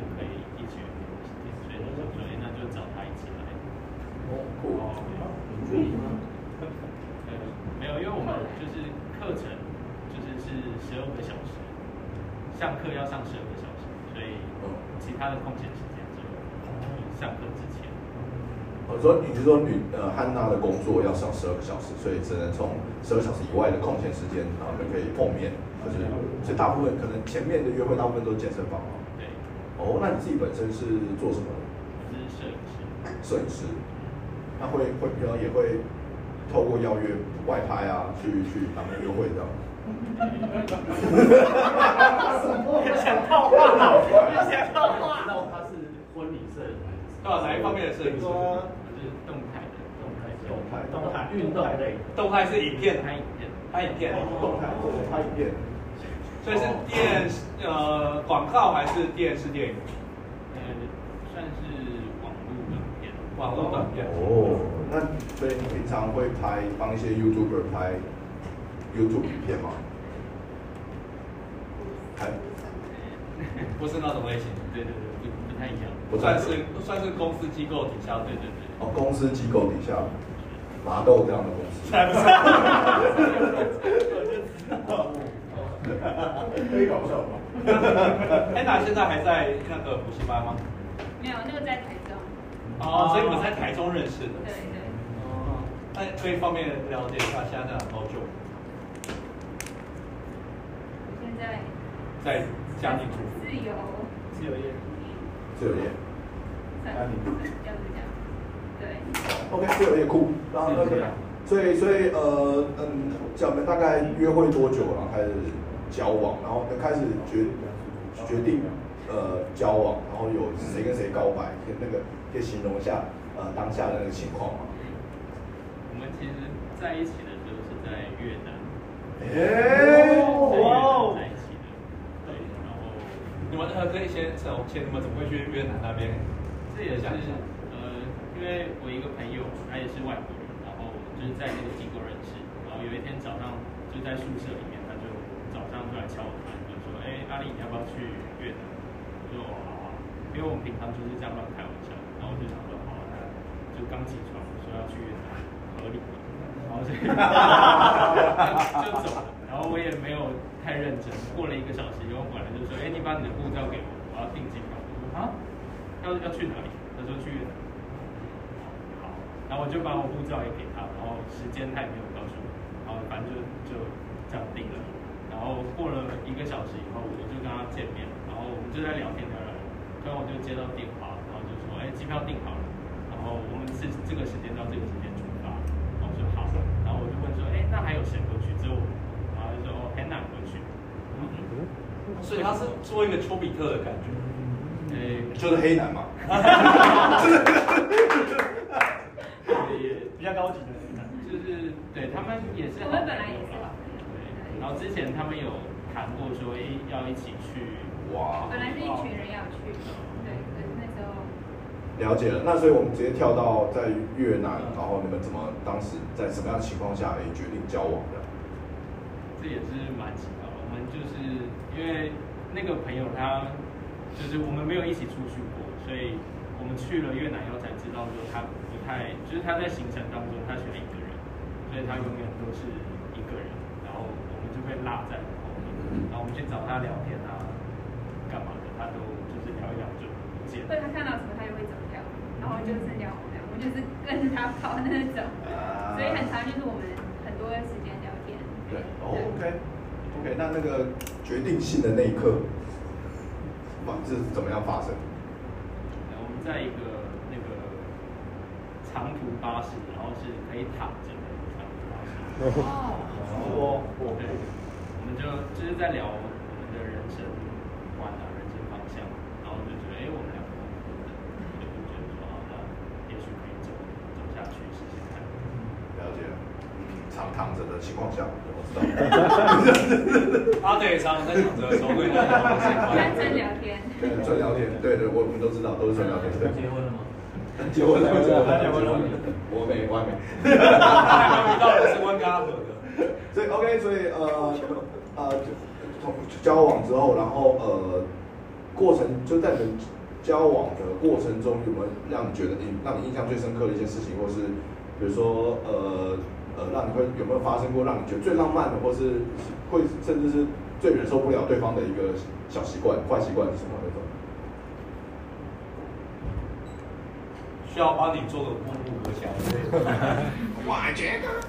Speaker 2: 就是可以一起运动的时间，所以那时候说，哎，那就找他一起来。
Speaker 1: 酷
Speaker 2: 哦，对呃，没有，因为我们就是课程就是是十二个小时，上课要上十二个小时，所以其他的空闲时间就上课之前。
Speaker 1: 我哦说，你是说女呃汉娜的工作要上十二个小时，所以只能从十二小时以外的空闲时间，然后就可以碰面，就是所以大部分可能前面的约会大部分都是健身房嘛。
Speaker 2: 对，
Speaker 1: 哦，那你自己本身是做什么的？
Speaker 2: 我是摄影师。
Speaker 1: 摄影师，那会会平常也会透过邀约外拍啊，去去他们约会这样。
Speaker 2: 想
Speaker 25: 套
Speaker 2: 话
Speaker 25: 想
Speaker 2: 套
Speaker 25: 话
Speaker 2: 知道他是婚礼摄影还是？
Speaker 6: 对啊哪一方面的摄影师
Speaker 2: 就是动态的，动态摄影，动态运动类的，
Speaker 6: 动态是影片，
Speaker 2: 拍影片，
Speaker 6: 拍影片，
Speaker 1: 动态，拍影片。
Speaker 6: 所以是电视呃广告还是电视电影？
Speaker 2: 呃，算是网络短片，
Speaker 6: 网络短片。
Speaker 1: 哦，那所以你平常会拍帮一些 YouTuber 拍 YouTube 影片吗？拍
Speaker 6: 不是那种类型，对对对，
Speaker 2: 不不太一样。
Speaker 1: 不太
Speaker 6: 算
Speaker 1: 一样
Speaker 6: 是算是公司机构底下，对对对。
Speaker 1: 哦，公司机构底下麻豆这样的公司。
Speaker 6: 才不是。
Speaker 1: 可以搞笑吗？
Speaker 6: 安娜现在还在那个补习班吗？
Speaker 21: 没有那个在台中，
Speaker 6: 哦，所以我们在台中认识的。
Speaker 21: 对对，
Speaker 6: 那可以方便了解一下现在在多久？
Speaker 21: 我现在
Speaker 6: 在家庭主妇。
Speaker 21: 自由，
Speaker 2: 自由业，
Speaker 1: 自由业。
Speaker 21: 算
Speaker 1: 家庭主
Speaker 21: 是这样子讲，对，
Speaker 1: OK，自由业酷。然后那个，所以啊所以呃嗯，讲我们大概约会多久，然后开始交往，然后开始决决定呃交往，然后有谁跟谁告白，跟那个可以形容一下呃当下的那个情况吗？
Speaker 2: 我们其实在一起的时候是在越南，
Speaker 1: 哎
Speaker 2: 哇
Speaker 1: 哇
Speaker 2: 哦
Speaker 1: 哦，
Speaker 2: 在一起的，对，然后
Speaker 6: 你们呃可以先从前你们怎么会去越南那边？
Speaker 2: 这也是
Speaker 6: 想一下
Speaker 2: 呃，因为我一个朋友，他也是外国人，然后就是在那个机构认识，然后有一天早上就在宿舍里面，他就早上就来敲我的门，就说：“哎，阿丽，你要不要去越南？”我说：“哦，好啊。”因为我们平常就是这样乱开玩笑，然后我就想说：“好啊，那
Speaker 19: 就刚起床，说要去河里，然后就就走了，然后我也没有太认真。过了一个小时以后，管理就说：“哎、你把你的护照给我，我要定金卡。”我说：“啊，要要去哪里？”他说：“去越南。”好，然后我就把我护照也给他，然后时间他也没有告诉我，然后反正就就这样定了。然后过了一个小时以后，我就跟他见面，然后我们就在聊天聊聊，突然我就接到电话，然后就说，哎，机票订好了，然后我们是这个时间到这个时间出发，然后我说好，然后我就问说，哎，那还有谁回去？只有我，然后他就说，哦，Hannah 回去，
Speaker 28: 所以他是做一个丘比特的感觉，
Speaker 19: 呃，
Speaker 1: 就是黑男嘛。
Speaker 4: 比较高级的那种。
Speaker 19: 就是对他们也是
Speaker 21: 我们
Speaker 19: 好朋
Speaker 21: 本来也
Speaker 19: 友
Speaker 21: 是
Speaker 19: 啦
Speaker 21: 老，
Speaker 19: 对，然后之前他们有谈过说，哎，要一起去，哇
Speaker 21: 本来是一群人要去，对，可是那时候
Speaker 1: 了解了，那所以我们直接跳到在越南，然后你们怎么当时在什么样的情况下也决定交往的？
Speaker 19: 这也是蛮奇妙的。我们就是因为那个朋友他，就是我们没有一起出去过，所以我们去了越南以后才知道说他不太，就是他在行程当中他喜欢一个人，所以他永远都是一个人，然后我们就被落在后面，然后我们去找他聊天啊，干嘛的，他都就是聊一聊就不见
Speaker 21: 被
Speaker 19: 了。
Speaker 21: 他看到什么他也会走掉，然后就剩下我们，我就是跟着他跑那种，所以很长就是我们很多时间聊天。
Speaker 1: 啊对，哦，OK，OK，那那个决定性的那一刻，哇，这是怎么样发生？
Speaker 19: 然后我们在一个那个长途巴士，然后是可以躺着的长途巴士。
Speaker 1: 哦，
Speaker 19: 对，我们就就是在聊我们的人生观啊，人生方向，然后我就觉得，哎、我们两个蛮合的，我就觉得说，啊，那也许可以走走下去试试看。
Speaker 1: 了解了，常躺着的情况下，我知道。
Speaker 28: 阿德也常常在想着说未来要怎么
Speaker 21: 认真聊天，
Speaker 1: 对，纯聊天，对对，我我们都知道，都是纯聊天。对，
Speaker 28: 结婚了吗？
Speaker 1: 结婚了，
Speaker 28: 结婚了
Speaker 1: 结婚了，我没，我还没。
Speaker 28: 遇到人生观跟他合的。
Speaker 1: 所以 OK，所以呃呃，就从交往之后，然后呃，过程就在你们交往的过程中，有没有让你觉得你让你印象最深刻的一些事情，或是比如说呃呃，让你会有没有发生过让你觉得最浪漫的，或是会甚至是最忍受不了对方的一个小习惯、坏习惯是什么那种？
Speaker 28: 需要帮你做个目录和小之类的。
Speaker 14: 我觉得。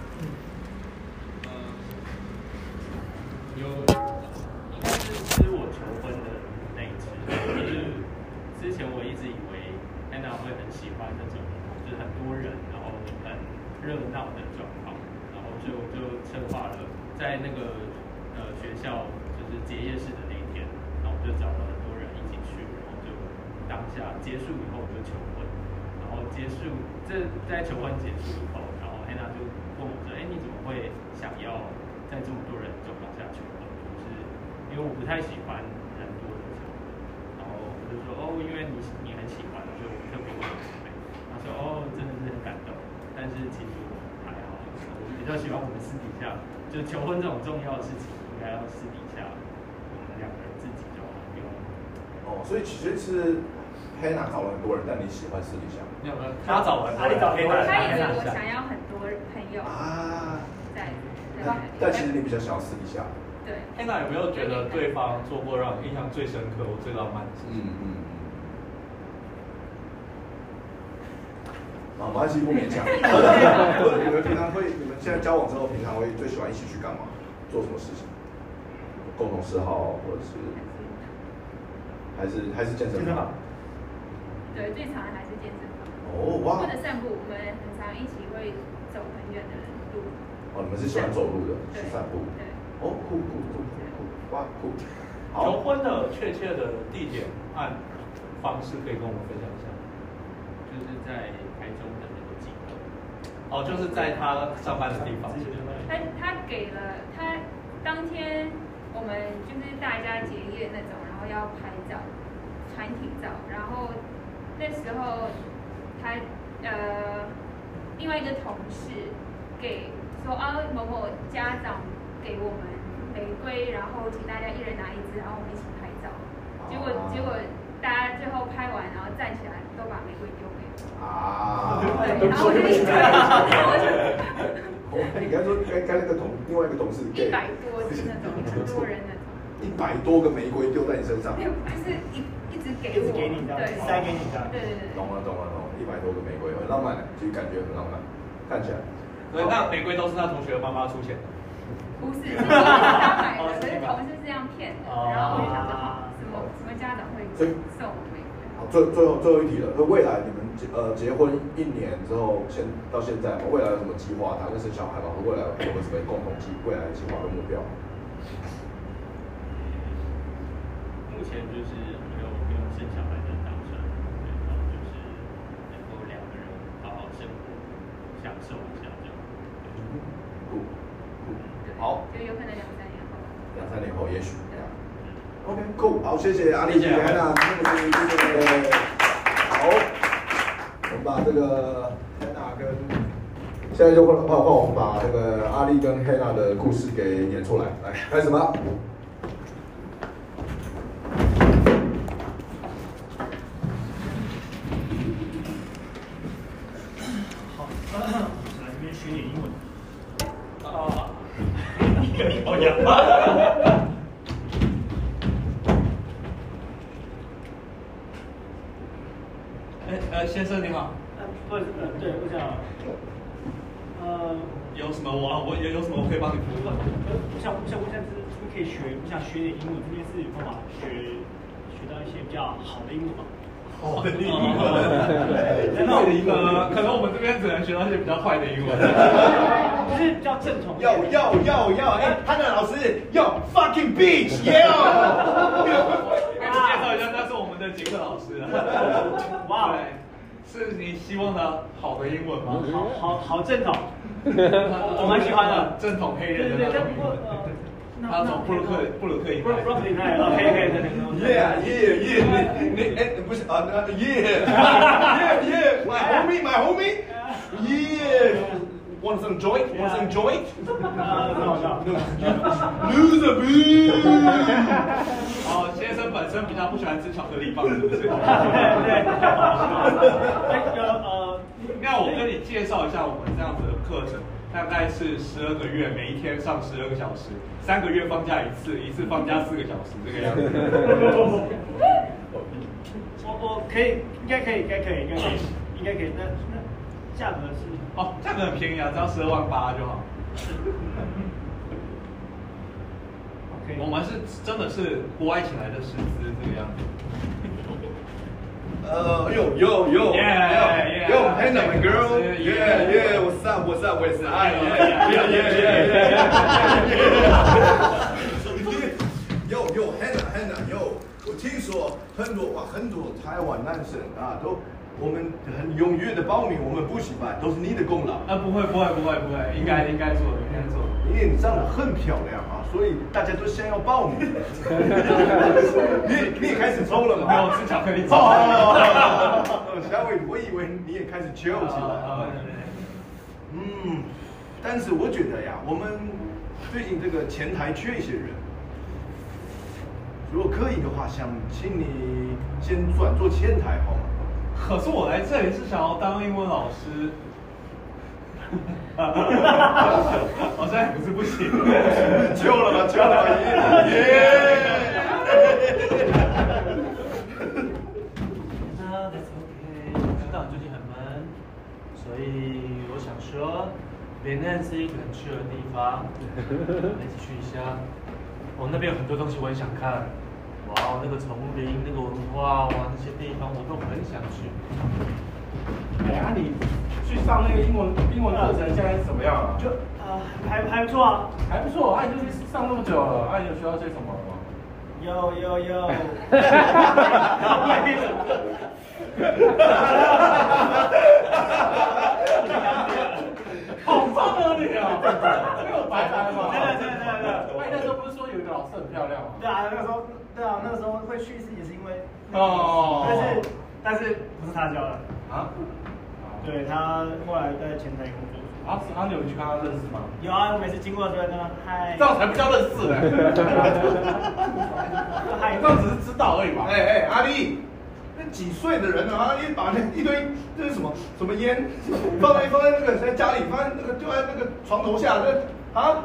Speaker 19: 有，应该是是我求婚的那一次，就是之前我一直以为安娜会很喜欢那种，就是很多人，然后很热闹的状况，然后所以我就策划了在那个呃学校就是结业式的那一天，然后我就找了很多人一起去，然后就当下结束以后我就求婚，然后结束这在求婚结束以后，然后安娜就问我说，哎、你怎么会想要在这么多人的状况下求婚？就是因为我不太喜欢人多的场合，然后我就说哦，因为你你很喜欢，所以我特别为你准备。他说哦，真的是很感动，但是其实我还好，我比较喜欢我们私底下，就求婚这种重要的事情，应该要私底下我们两个人自己就好，不用。
Speaker 1: 哦，所以其实是 Hannah 找了很多人，但你喜欢私底下。
Speaker 28: 没有，他找完，
Speaker 4: 他找黑男
Speaker 21: 他以为我想要很多朋友
Speaker 1: 啊，
Speaker 21: 在，
Speaker 1: 但但其实你比较想要私底下。
Speaker 21: 对，
Speaker 28: 天娜有没有觉得对方做过让你印象最深刻或最浪漫的事
Speaker 1: 嗯嗯。啊，没关系，不勉强。你们平常会，你们现在交往之后，平常会最喜欢一起去干嘛？做什么事情？共同嗜好，或者是还是还是健身房？
Speaker 21: 对，最常的还是健身房。
Speaker 1: 哦哇
Speaker 21: 或者散步，我们很常一起会走很远的路。
Speaker 1: 哦，你们是喜欢走路的，去散步。
Speaker 21: 对。
Speaker 1: 哦，酷酷酷酷，哇酷！
Speaker 28: 求婚的确切的地点按方式可以跟我们分享一下。
Speaker 19: 就是在台中的那个机构，
Speaker 28: 哦，就是在他上班的地方，是不是
Speaker 21: 他他给了他当天我们就是大家结业那种，然后要拍照，团体照，然后那时候他呃另外一个同事给说啊某某家长给我们玫瑰，然后请大家一人拿一支，然后我们一起拍照。结果结果大家最后拍完，然后站起来都把玫瑰丢给我，
Speaker 1: 啊，
Speaker 21: 对然后就一直然后就
Speaker 1: 我你刚才说刚刚那个同另外一个同事
Speaker 21: 一
Speaker 1: gay，
Speaker 21: 百多只那种，很多人那种，
Speaker 1: 一百多个玫瑰丢在你身上，
Speaker 21: 没有就是一一直给
Speaker 29: 一直
Speaker 21: 我，
Speaker 29: 给你这样
Speaker 21: 对，
Speaker 29: 塞给你这样
Speaker 21: 对对对。
Speaker 1: 懂了懂了懂了，一百多个玫瑰很浪漫的，其实感觉很浪漫，看起来。
Speaker 6: 所以那玫瑰都是他同学的妈妈出钱的。
Speaker 21: 不是，是他买的，可是同事这样骗的，
Speaker 29: 哦
Speaker 21: 然后我就想说，好，什么什么家长会送我玫瑰？
Speaker 1: 好，最最后最后一题了，那未来你们结呃结婚一年之后，现到现在嘛，未来有什么计划？打算生小孩吗？未来有没有什么共同计未来的计划跟目标？
Speaker 30: 目前就是没有没有生小孩的打算，对，然后就是能够两个人好好生活，享受一下这样。
Speaker 1: 嗯好，
Speaker 21: 就有可能两三年后。
Speaker 1: 两三年后也许。OK，酷，好，谢谢阿丽姐、安娜，谢谢，谢谢。好，我们把这个安娜跟现在就换换换，我们把这个阿丽跟黑娜的故事给演出来，来开始吧。
Speaker 19: 来这边学点英文。
Speaker 6: 啊，
Speaker 19: 一个礼
Speaker 6: 拜
Speaker 19: 呀。
Speaker 6: 哎呃，先生你好，
Speaker 19: 不是，对，我想，呃，
Speaker 6: 有什么我啊我有有什么我可以帮你服务的？
Speaker 19: 我想，我想问一下，就是是不是可以学？我想学点英文，这边是有办法学学到一些比较好的英文吗？
Speaker 6: 好的英
Speaker 28: 哦
Speaker 6: 文，那呃，可能我们这边只能学到一些比较坏的英文。
Speaker 19: 不是比较正统。
Speaker 31: 要要要要！哎，他的老师要 fucking 哦 bitch，yeah！
Speaker 6: 跟你介绍一下，他是我们的杰克老 师。
Speaker 19: 哦
Speaker 6: 哇，是你希望的好的英文吗？
Speaker 19: 好好好 正统，
Speaker 6: 我
Speaker 19: 嗯我蛮喜欢的
Speaker 6: 正统黑人的
Speaker 19: 对
Speaker 6: 那
Speaker 19: 对对呃
Speaker 6: 种英文。他从布鲁克布鲁克一
Speaker 19: 不是不是你那，OK OK 对对对。
Speaker 31: Yeah yeah yeah！你你哎不是啊那 yeah yeah yeah！My homie my homie！Yeah！Want some joint？Want some joint？
Speaker 19: 很好笑。
Speaker 31: Loser boo！
Speaker 6: 哦，先生本身比较不喜欢吃巧克力棒，是不是？对。
Speaker 19: 那个呃，
Speaker 6: 那我跟你介绍一下我们这样子的课程，大概是十二个月，每一天上十二个小时，三个月放假一次，一次放假四个小时，这个样子。
Speaker 19: 我我可以，应该可以，应该可以，应该可以，应该可以。那那价格是
Speaker 6: 哦，价格很便宜啊，只要十二万八就好。我们是真的是国外请来的师资这个样子。
Speaker 31: 呃，呦呦呦
Speaker 6: ，Yeah
Speaker 31: yo hands up my girl yeah yeah what's up what's up what's up yeah yeah yeah yeah
Speaker 1: yo yo Hannah Hannah yo，我听说很多哇很多台湾男生啊都
Speaker 31: 我们很踊跃的报名，我们不喜欢，都是你的功劳。
Speaker 6: 啊，不会不会不会不会，应该应该做的，应该做的。
Speaker 31: 因为你长得很漂亮啊，所以大家都想要报名。 你你也开始抽 了吗？
Speaker 6: 没有，吃巧克力
Speaker 31: 哦哦，哦哦哦小伟，我以为你也开始抽起来
Speaker 7: 啊
Speaker 31: 了。嗯，但是我觉得呀，我们最近这个前台缺一些人。如果可以的话，想请你先转做前台好吗？
Speaker 6: 可是我来这里是想要当英文老师。好像也不是不行，
Speaker 31: 救了吧，救了 吧，耶！
Speaker 2: 那 that's OK。知道你最近很闷，所以我想说，连那是一个很去的地方，我们一起去一下。我、那边有很多东西我很想看，哇哦，那个丛林，那个文化，哇，那些地方我都很想去。
Speaker 7: 哎呀，你去上那个英文英文课程，现在是怎么样啊？就
Speaker 19: 呃还还不错啊，
Speaker 7: 还不错，啊，你就是上那么久了，啊，你有学到些什么吗？
Speaker 19: 有有有。
Speaker 7: 好棒啊你啊！没有白来嘛？对对对对对。哎，那时候不是说有一个老师很漂亮吗？
Speaker 19: 对啊，那个时候，对啊，那个时候会去是也是因为
Speaker 7: 哦
Speaker 19: 但是但是不是他教的啊？对他后来在前台工作。
Speaker 7: 啊，是啊，你有去跟他认识吗？
Speaker 19: 有啊，我每次经过的时候跟他嗨。
Speaker 7: 这样才不叫认识呢。
Speaker 19: 嗨，
Speaker 7: 这样只是知道而已嘛。
Speaker 31: 哎哎，阿丽，
Speaker 1: 那几岁的人啊，一把那一堆那是什么什么烟，放在放在那个在家里，放在那个就在那个床头下，那啊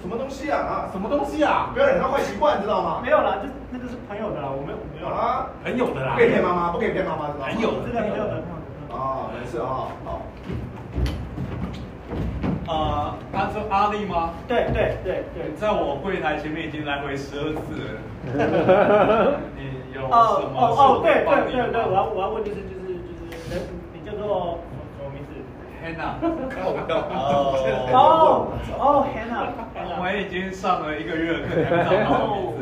Speaker 1: 什么东西啊啊什么东西啊，不要染上坏习惯，知道吗？
Speaker 19: 没有啦，这那个是朋友的啦，我没有没有
Speaker 1: 啦，
Speaker 2: 朋友的啦，
Speaker 1: 不可以骗妈妈，不可以骗妈妈，知道吗？
Speaker 2: 朋友
Speaker 19: 这个朋友的朋友
Speaker 1: 啊，没事啊，好。
Speaker 6: 啊，他说阿丽吗？
Speaker 19: 对对对对，
Speaker 6: 在我柜台前面已经来回十二次了
Speaker 19: 的。。
Speaker 6: 你有什
Speaker 19: 哦
Speaker 6: 么
Speaker 19: 哦哦，对
Speaker 6: 事我帮
Speaker 19: 对
Speaker 6: 你
Speaker 19: 对
Speaker 6: 忙
Speaker 19: 对，我要我要问就是就是就是，人你叫做什么名字？
Speaker 6: Hannah
Speaker 19: 哦哦，Hannah，
Speaker 6: 我们已经上了一个月的课，还不知道他的名字。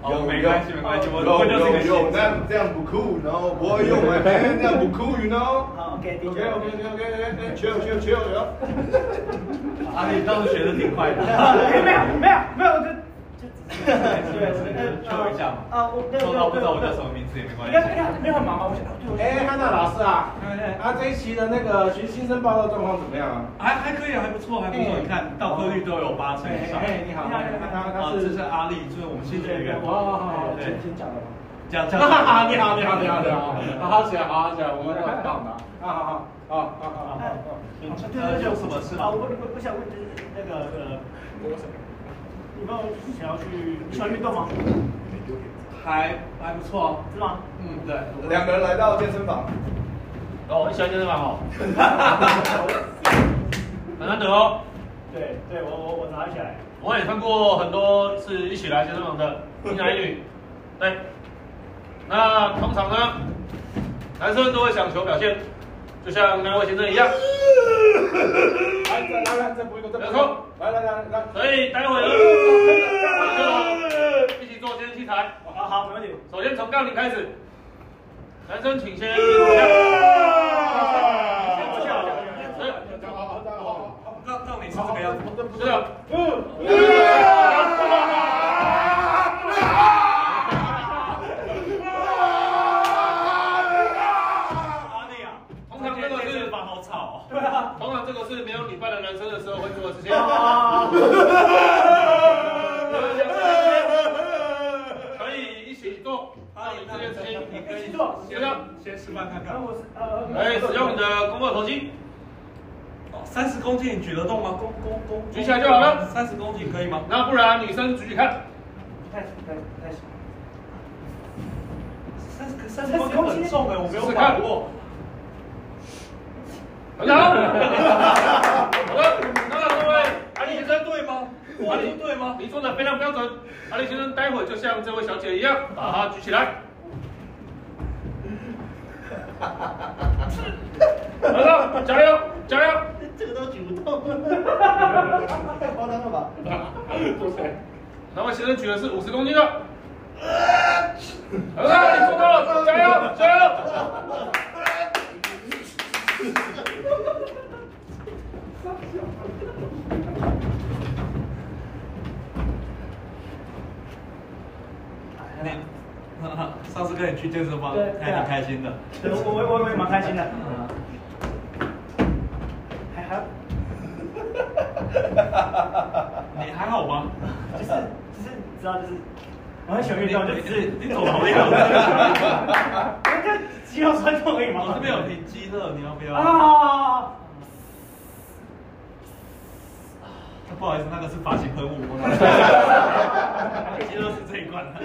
Speaker 6: 哦，没关系，没关系，我我就是一个
Speaker 1: 有有，
Speaker 6: 新
Speaker 1: 那这样不酷，然后不会用哎，这样不酷，you know？
Speaker 19: 好，OK，OK
Speaker 1: OK OK OK OK，缺有缺有缺有
Speaker 6: 阿丽倒是学的挺快的。
Speaker 19: 没有没有没有，就
Speaker 6: 对，说一下嘛。
Speaker 19: 啊，我对
Speaker 6: 说
Speaker 19: 对
Speaker 6: 到不知道我
Speaker 19: 对
Speaker 6: 叫什么名字也没关
Speaker 19: 应
Speaker 6: 系
Speaker 19: 该。应该没有很忙吧？我想，哦对，我
Speaker 3: 哎，汉娜老师啊，啊这一期的那个学新生报道状况怎么样啊？
Speaker 6: 还还可以，还不错，还不错。你看到科率都有八成以上。
Speaker 3: 哎，你好，他
Speaker 6: 啊
Speaker 3: 他，
Speaker 6: 这
Speaker 3: 是
Speaker 6: 是阿丽，就是我们新学员。
Speaker 3: 哦，好好好，
Speaker 6: 对
Speaker 3: 请，请讲了吧。
Speaker 6: 讲讲。
Speaker 3: 你好，你好，你好，你好，好好起来，好好起来，我们都很棒的。啊，好好，好好好好。
Speaker 19: 对对对，啊，我我我想问就是那个呃，你们有想要去你喜欢运动吗？
Speaker 6: 还还不错，
Speaker 19: 是吗？
Speaker 6: 嗯，对。
Speaker 1: 两个人来到健身房，
Speaker 2: 哦，你喜欢健身房哦？很难得哦，
Speaker 19: 对对，我我我拿起来。
Speaker 2: 我也看过很多是一起来健身房的，一男一女。 对，那通常呢，男生都会想求表现，就像那位先生一样。
Speaker 3: 来来来，这不一个，这不一个。来来来来，
Speaker 2: 所以待会儿一起做健身器材。
Speaker 19: 好好，没问题。
Speaker 2: 首先从杠铃开始，男生请先。
Speaker 3: 哎哎
Speaker 6: 让让你是这个样子，
Speaker 2: 是的。通常这个是
Speaker 32: 法好吵
Speaker 2: 对啊，通常这个是没有女伴的男生的时候会做的事情。可以一起做，让你这件事情你可以做，先
Speaker 6: 先示范看看。
Speaker 19: 我是呃
Speaker 2: 可以使用你的肱二头肌，
Speaker 6: 哦，三十公斤你举得动吗？公公公，
Speaker 2: 举起来就好了
Speaker 6: 三十公斤可以吗？
Speaker 2: 那不然女生举举看。
Speaker 19: 太太太小。
Speaker 6: 三十三十公斤很重哎，我没有
Speaker 2: 试试
Speaker 6: 把
Speaker 2: 看
Speaker 6: 握。
Speaker 2: 很好，好的，那各位，阿里先生对吗？
Speaker 6: 我做对吗？
Speaker 2: 你做的非常标准，阿里先生待会就像这位小姐一样，把它举起来。很好，加油，加油！
Speaker 33: 这个都举不动，太夸张了吧？
Speaker 2: 那位先生举的是五十公斤的，很好，你做到了，加油，加油！
Speaker 6: 你 上次跟你去健身房
Speaker 19: 嗯对啊
Speaker 6: 还挺开心的。
Speaker 19: 对，我我我我也蛮开心的。还还，
Speaker 6: 你还好吗？
Speaker 19: 就是就是你知道就是，我很喜欢运动，就只是
Speaker 6: 你走好了。
Speaker 19: 我就肌肉酸痛而已嘛。
Speaker 6: 我这边有停机热，你要不要？
Speaker 19: 啊！
Speaker 6: 啊不好意思，那个是发型喷雾。
Speaker 32: 肌肉是这一关的。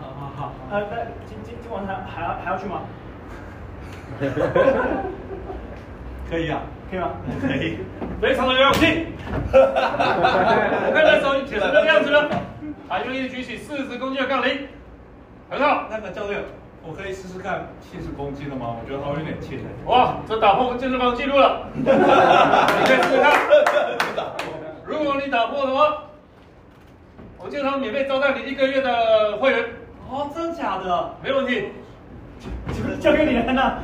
Speaker 19: 好好好。呃，那今今今晚还还要还要去吗？
Speaker 6: 可以啊，
Speaker 19: 可以吗？
Speaker 6: 可以。
Speaker 2: 非常的有勇 气。我看那时候你铁成这个样子了，还愿意举起四十公斤的杠铃，很好。
Speaker 6: 那个教练，我可以试试看七十公斤的吗？我觉得好像有点轻哎。
Speaker 2: 哇，这打破我们健身房纪录了，你可以试试看。如果你打破的话，我们健身房免费招待你一个月的会员。
Speaker 6: 哦，真的假的？
Speaker 2: 没问题。
Speaker 19: 交给你了呢。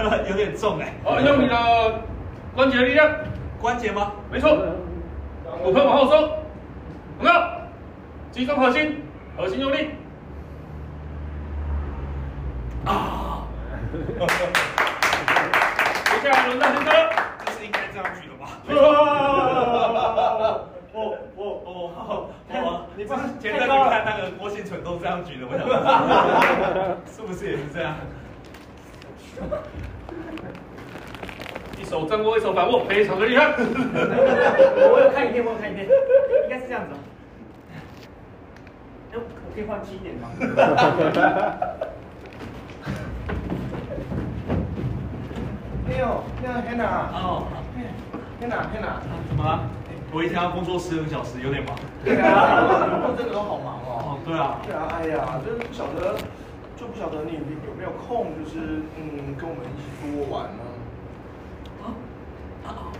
Speaker 6: 有点重哎。
Speaker 2: 好，用你的关节力量，
Speaker 6: 关节吗？
Speaker 2: 没错，骨盆往后收，很好，集中核心，核心用力。啊！接下来轮到先生了，
Speaker 6: 这是应该这样举的吧？我我我我，你不是前阵子看那个郭姓蠢都这样举的，我想， 是不是也是这样？
Speaker 34: 一手正握，一手反握，非常的厉害。
Speaker 19: 我有看一遍，我有看一遍，应该是这样子、哦。哎，我可以换轻一点吗？
Speaker 5: 没有，那个 Hannah，哦，Hannah，Hannah，
Speaker 6: 怎么了？我一天要工作十个小时，有点忙。
Speaker 5: 对啊，我真的都好忙
Speaker 6: 哦。对啊。
Speaker 5: 对啊，哎呀，真的不晓得，就不晓得你有没有空，就是嗯，跟我们一起出玩呢？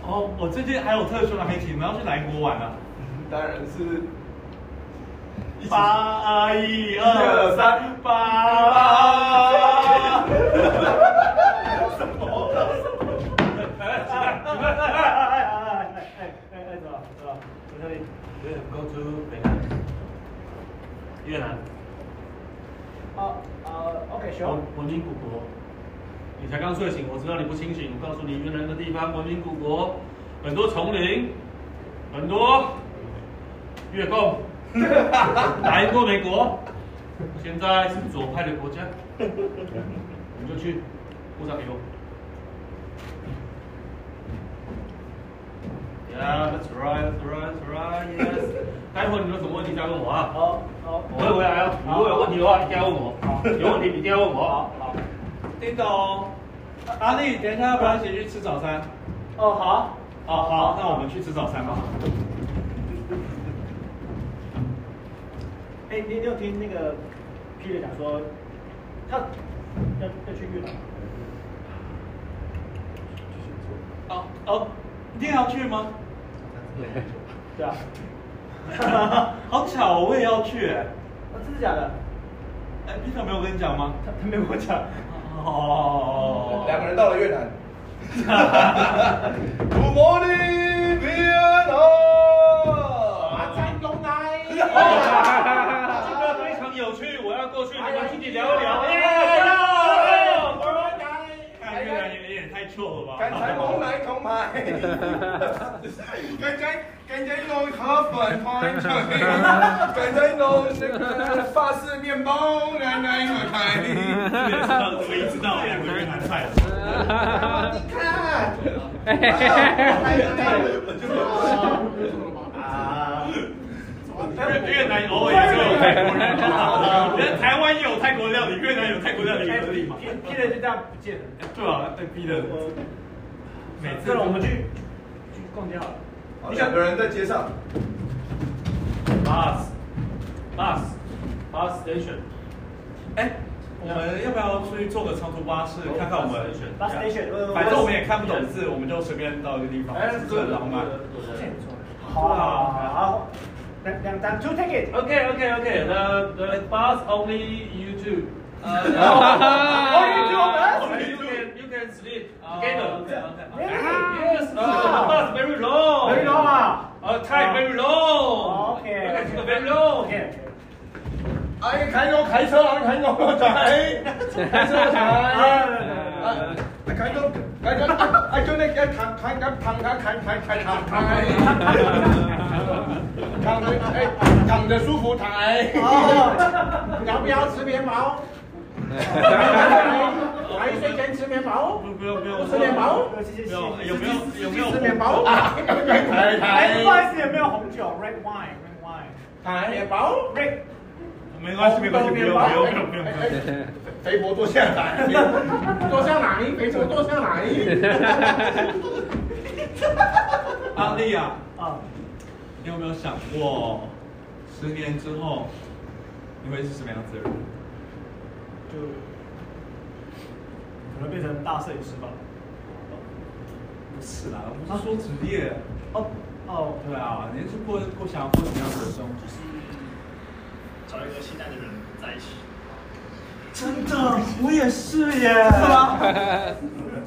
Speaker 6: 哦，我最近还有特殊的黑体，你们要去哪一国玩啊？
Speaker 5: 当然是
Speaker 6: 八一二三八。
Speaker 5: 什么？
Speaker 19: 来来来来来来来，走了走了，我这里。
Speaker 2: Go to 北南，越南，
Speaker 19: 哦呃，OK，行。
Speaker 2: 文明古国。你才刚睡醒，我知道你不清醒。我告诉你，越南的地方文明古国，很多丛林，很多越共， 打赢过美国，现在是左派的国家，你就去，护照给我。Yeah, that's right, that's right, that's right. Yes. 待会儿你有什么问题再问我啊。
Speaker 19: 好，
Speaker 6: 哦
Speaker 19: 好，
Speaker 2: 我会回来啊。你如果有问题的话，一定要问我。有问题你一定要问我。
Speaker 19: 好，好。
Speaker 6: 丁总，阿丽，等一下要不要一起去吃早餐？
Speaker 19: 哦，好。
Speaker 6: 哦，好，那我们去吃早餐吧。
Speaker 19: 哎，你你有听那个 Peter 讲说，他要要去越南？
Speaker 6: 哦哦，一定要去吗？
Speaker 19: 对。对啊。
Speaker 6: 好巧，我也要去。
Speaker 19: 哦，真的假的？
Speaker 6: 哎，Peter 没有跟你讲吗？
Speaker 19: 他他没有跟我讲。
Speaker 6: 哦，
Speaker 5: 两个人到了越南。Good morning Vietnam。
Speaker 35: 马战公来。
Speaker 2: 这个非常有趣，我要过去，你们自己聊一聊。
Speaker 6: 看越南有点太臭了吧？
Speaker 5: 刚才蓬莱同埋，刚才刚才弄河粉同埋，刚才弄那个法式面包来来我开。
Speaker 6: 我一知道两个越南菜了。
Speaker 5: 你看，
Speaker 6: 啊，越南偶尔也有泰国料理，台湾也有泰国料理，越南有泰国料理可以吗？
Speaker 19: 批的就这样不见了。
Speaker 6: 对啊，被逼的。每次
Speaker 19: 算了，我们去去逛街好了。
Speaker 5: 你两个人在街上。
Speaker 2: Bus, bus, bus station。
Speaker 6: 哎，我们要不要出去坐个长途巴士，看看我们
Speaker 19: ？Bus station，
Speaker 6: 反正我们也看不懂字，我们就随便到一个地方，是不是很浪漫？
Speaker 19: 好好好。两两张 two ticket。
Speaker 2: Okay, okay, okay. The the bus only you two.
Speaker 19: Only
Speaker 2: Oh, You can you can sleep
Speaker 19: Uh,
Speaker 2: together. Yes. The bus very long.
Speaker 19: Very long 啊。
Speaker 2: Uh, time very long.
Speaker 19: Okay.
Speaker 2: Okay, very long.
Speaker 19: Okay.
Speaker 5: 哎，开工开车，开工开，开车开。开工开工，哎，就那个扛扛扛扛扛扛扛扛扛扛，扛的哎，扛的舒服抬。
Speaker 19: 哦，要不要吃棉毛？来睡前吃棉毛？
Speaker 6: 不用不用，
Speaker 19: 吃棉毛？
Speaker 6: 有没有有没有
Speaker 19: 吃棉毛？
Speaker 5: 抬
Speaker 19: 哎，不好意思，有没有红酒？Red wine, red wine。
Speaker 5: 抬
Speaker 19: 面包？Red。
Speaker 6: 没关系没关系，不用不用不用不用。
Speaker 5: 肥婆坐下来，
Speaker 35: 坐下来，肥婆坐下来。
Speaker 6: 阿丽啊，
Speaker 19: 啊，
Speaker 6: 你有没有想过，十年之后你会是什么样子的人？
Speaker 19: 就可能变成大摄影师吧。
Speaker 6: 不是啦，我是说职业。
Speaker 19: 哦哦，
Speaker 6: 对啊，你是过过想要过什么样子的生活？
Speaker 36: 找一个现在的人在一起。
Speaker 6: 真的，我也是耶。
Speaker 5: 是吗？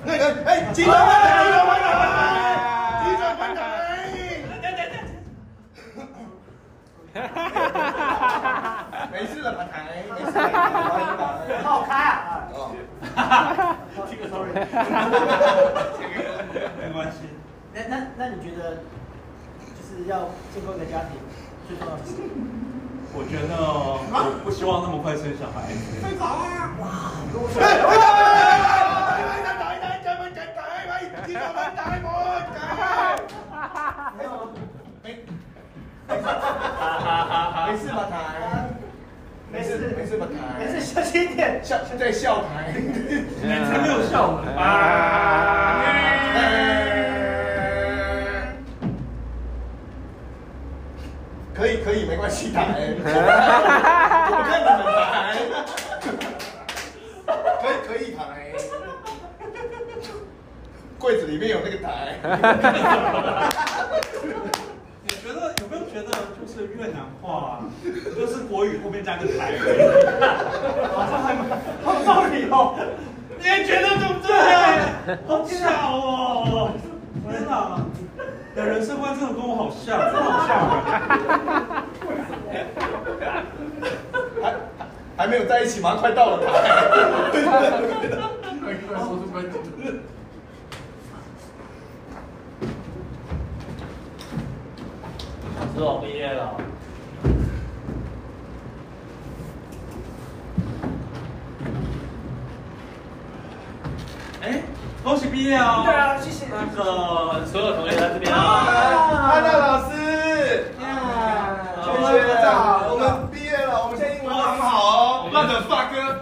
Speaker 5: 那个，哎，机长班长，机长班长，机长班长，
Speaker 6: 哈哈哈哈哈哈！
Speaker 5: 没事了，吧，台，没事了，
Speaker 19: 好开啊！
Speaker 5: 哦，
Speaker 19: 哈哈哈哈哈！这个 sorry，
Speaker 6: 没关系。
Speaker 37: 那那那你觉得，就是要建构一个家庭最重要的是什么？
Speaker 2: 我觉得我不希望那么快生小孩。
Speaker 1: 太早啊！哇，
Speaker 37: 跟我
Speaker 1: 没事吧，台？没事，没事吧，台？
Speaker 37: 没事，小心一点。
Speaker 1: 笑，现在笑台。
Speaker 6: 人才没有笑呢。
Speaker 1: 可以，可以，没关系，台。我看你们台。可以，可以，台。柜子里面有那个台。
Speaker 2: 你觉得有没有觉得就是越南话，就是国语后面加个台？好像还蛮好道理哦。
Speaker 6: 你也觉得对不对？
Speaker 2: 啊好巧哦！天哪，你的人生观真的跟我好像，真的好像啊。
Speaker 1: 还没有在一起吗？快到了吧。
Speaker 38: 老师，我毕业了。
Speaker 2: 哎，恭喜毕业哦！
Speaker 38: 对啊，谢谢。
Speaker 2: 那个所有同学在这边
Speaker 1: 啊
Speaker 2: 啊，
Speaker 1: 安娜老师，谢谢学长，我们毕业了，我们现在英文很好哦，慢点发哥。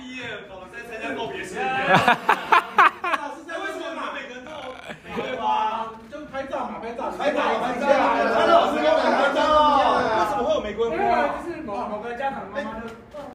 Speaker 6: 毕业搞得在参加告别式一样。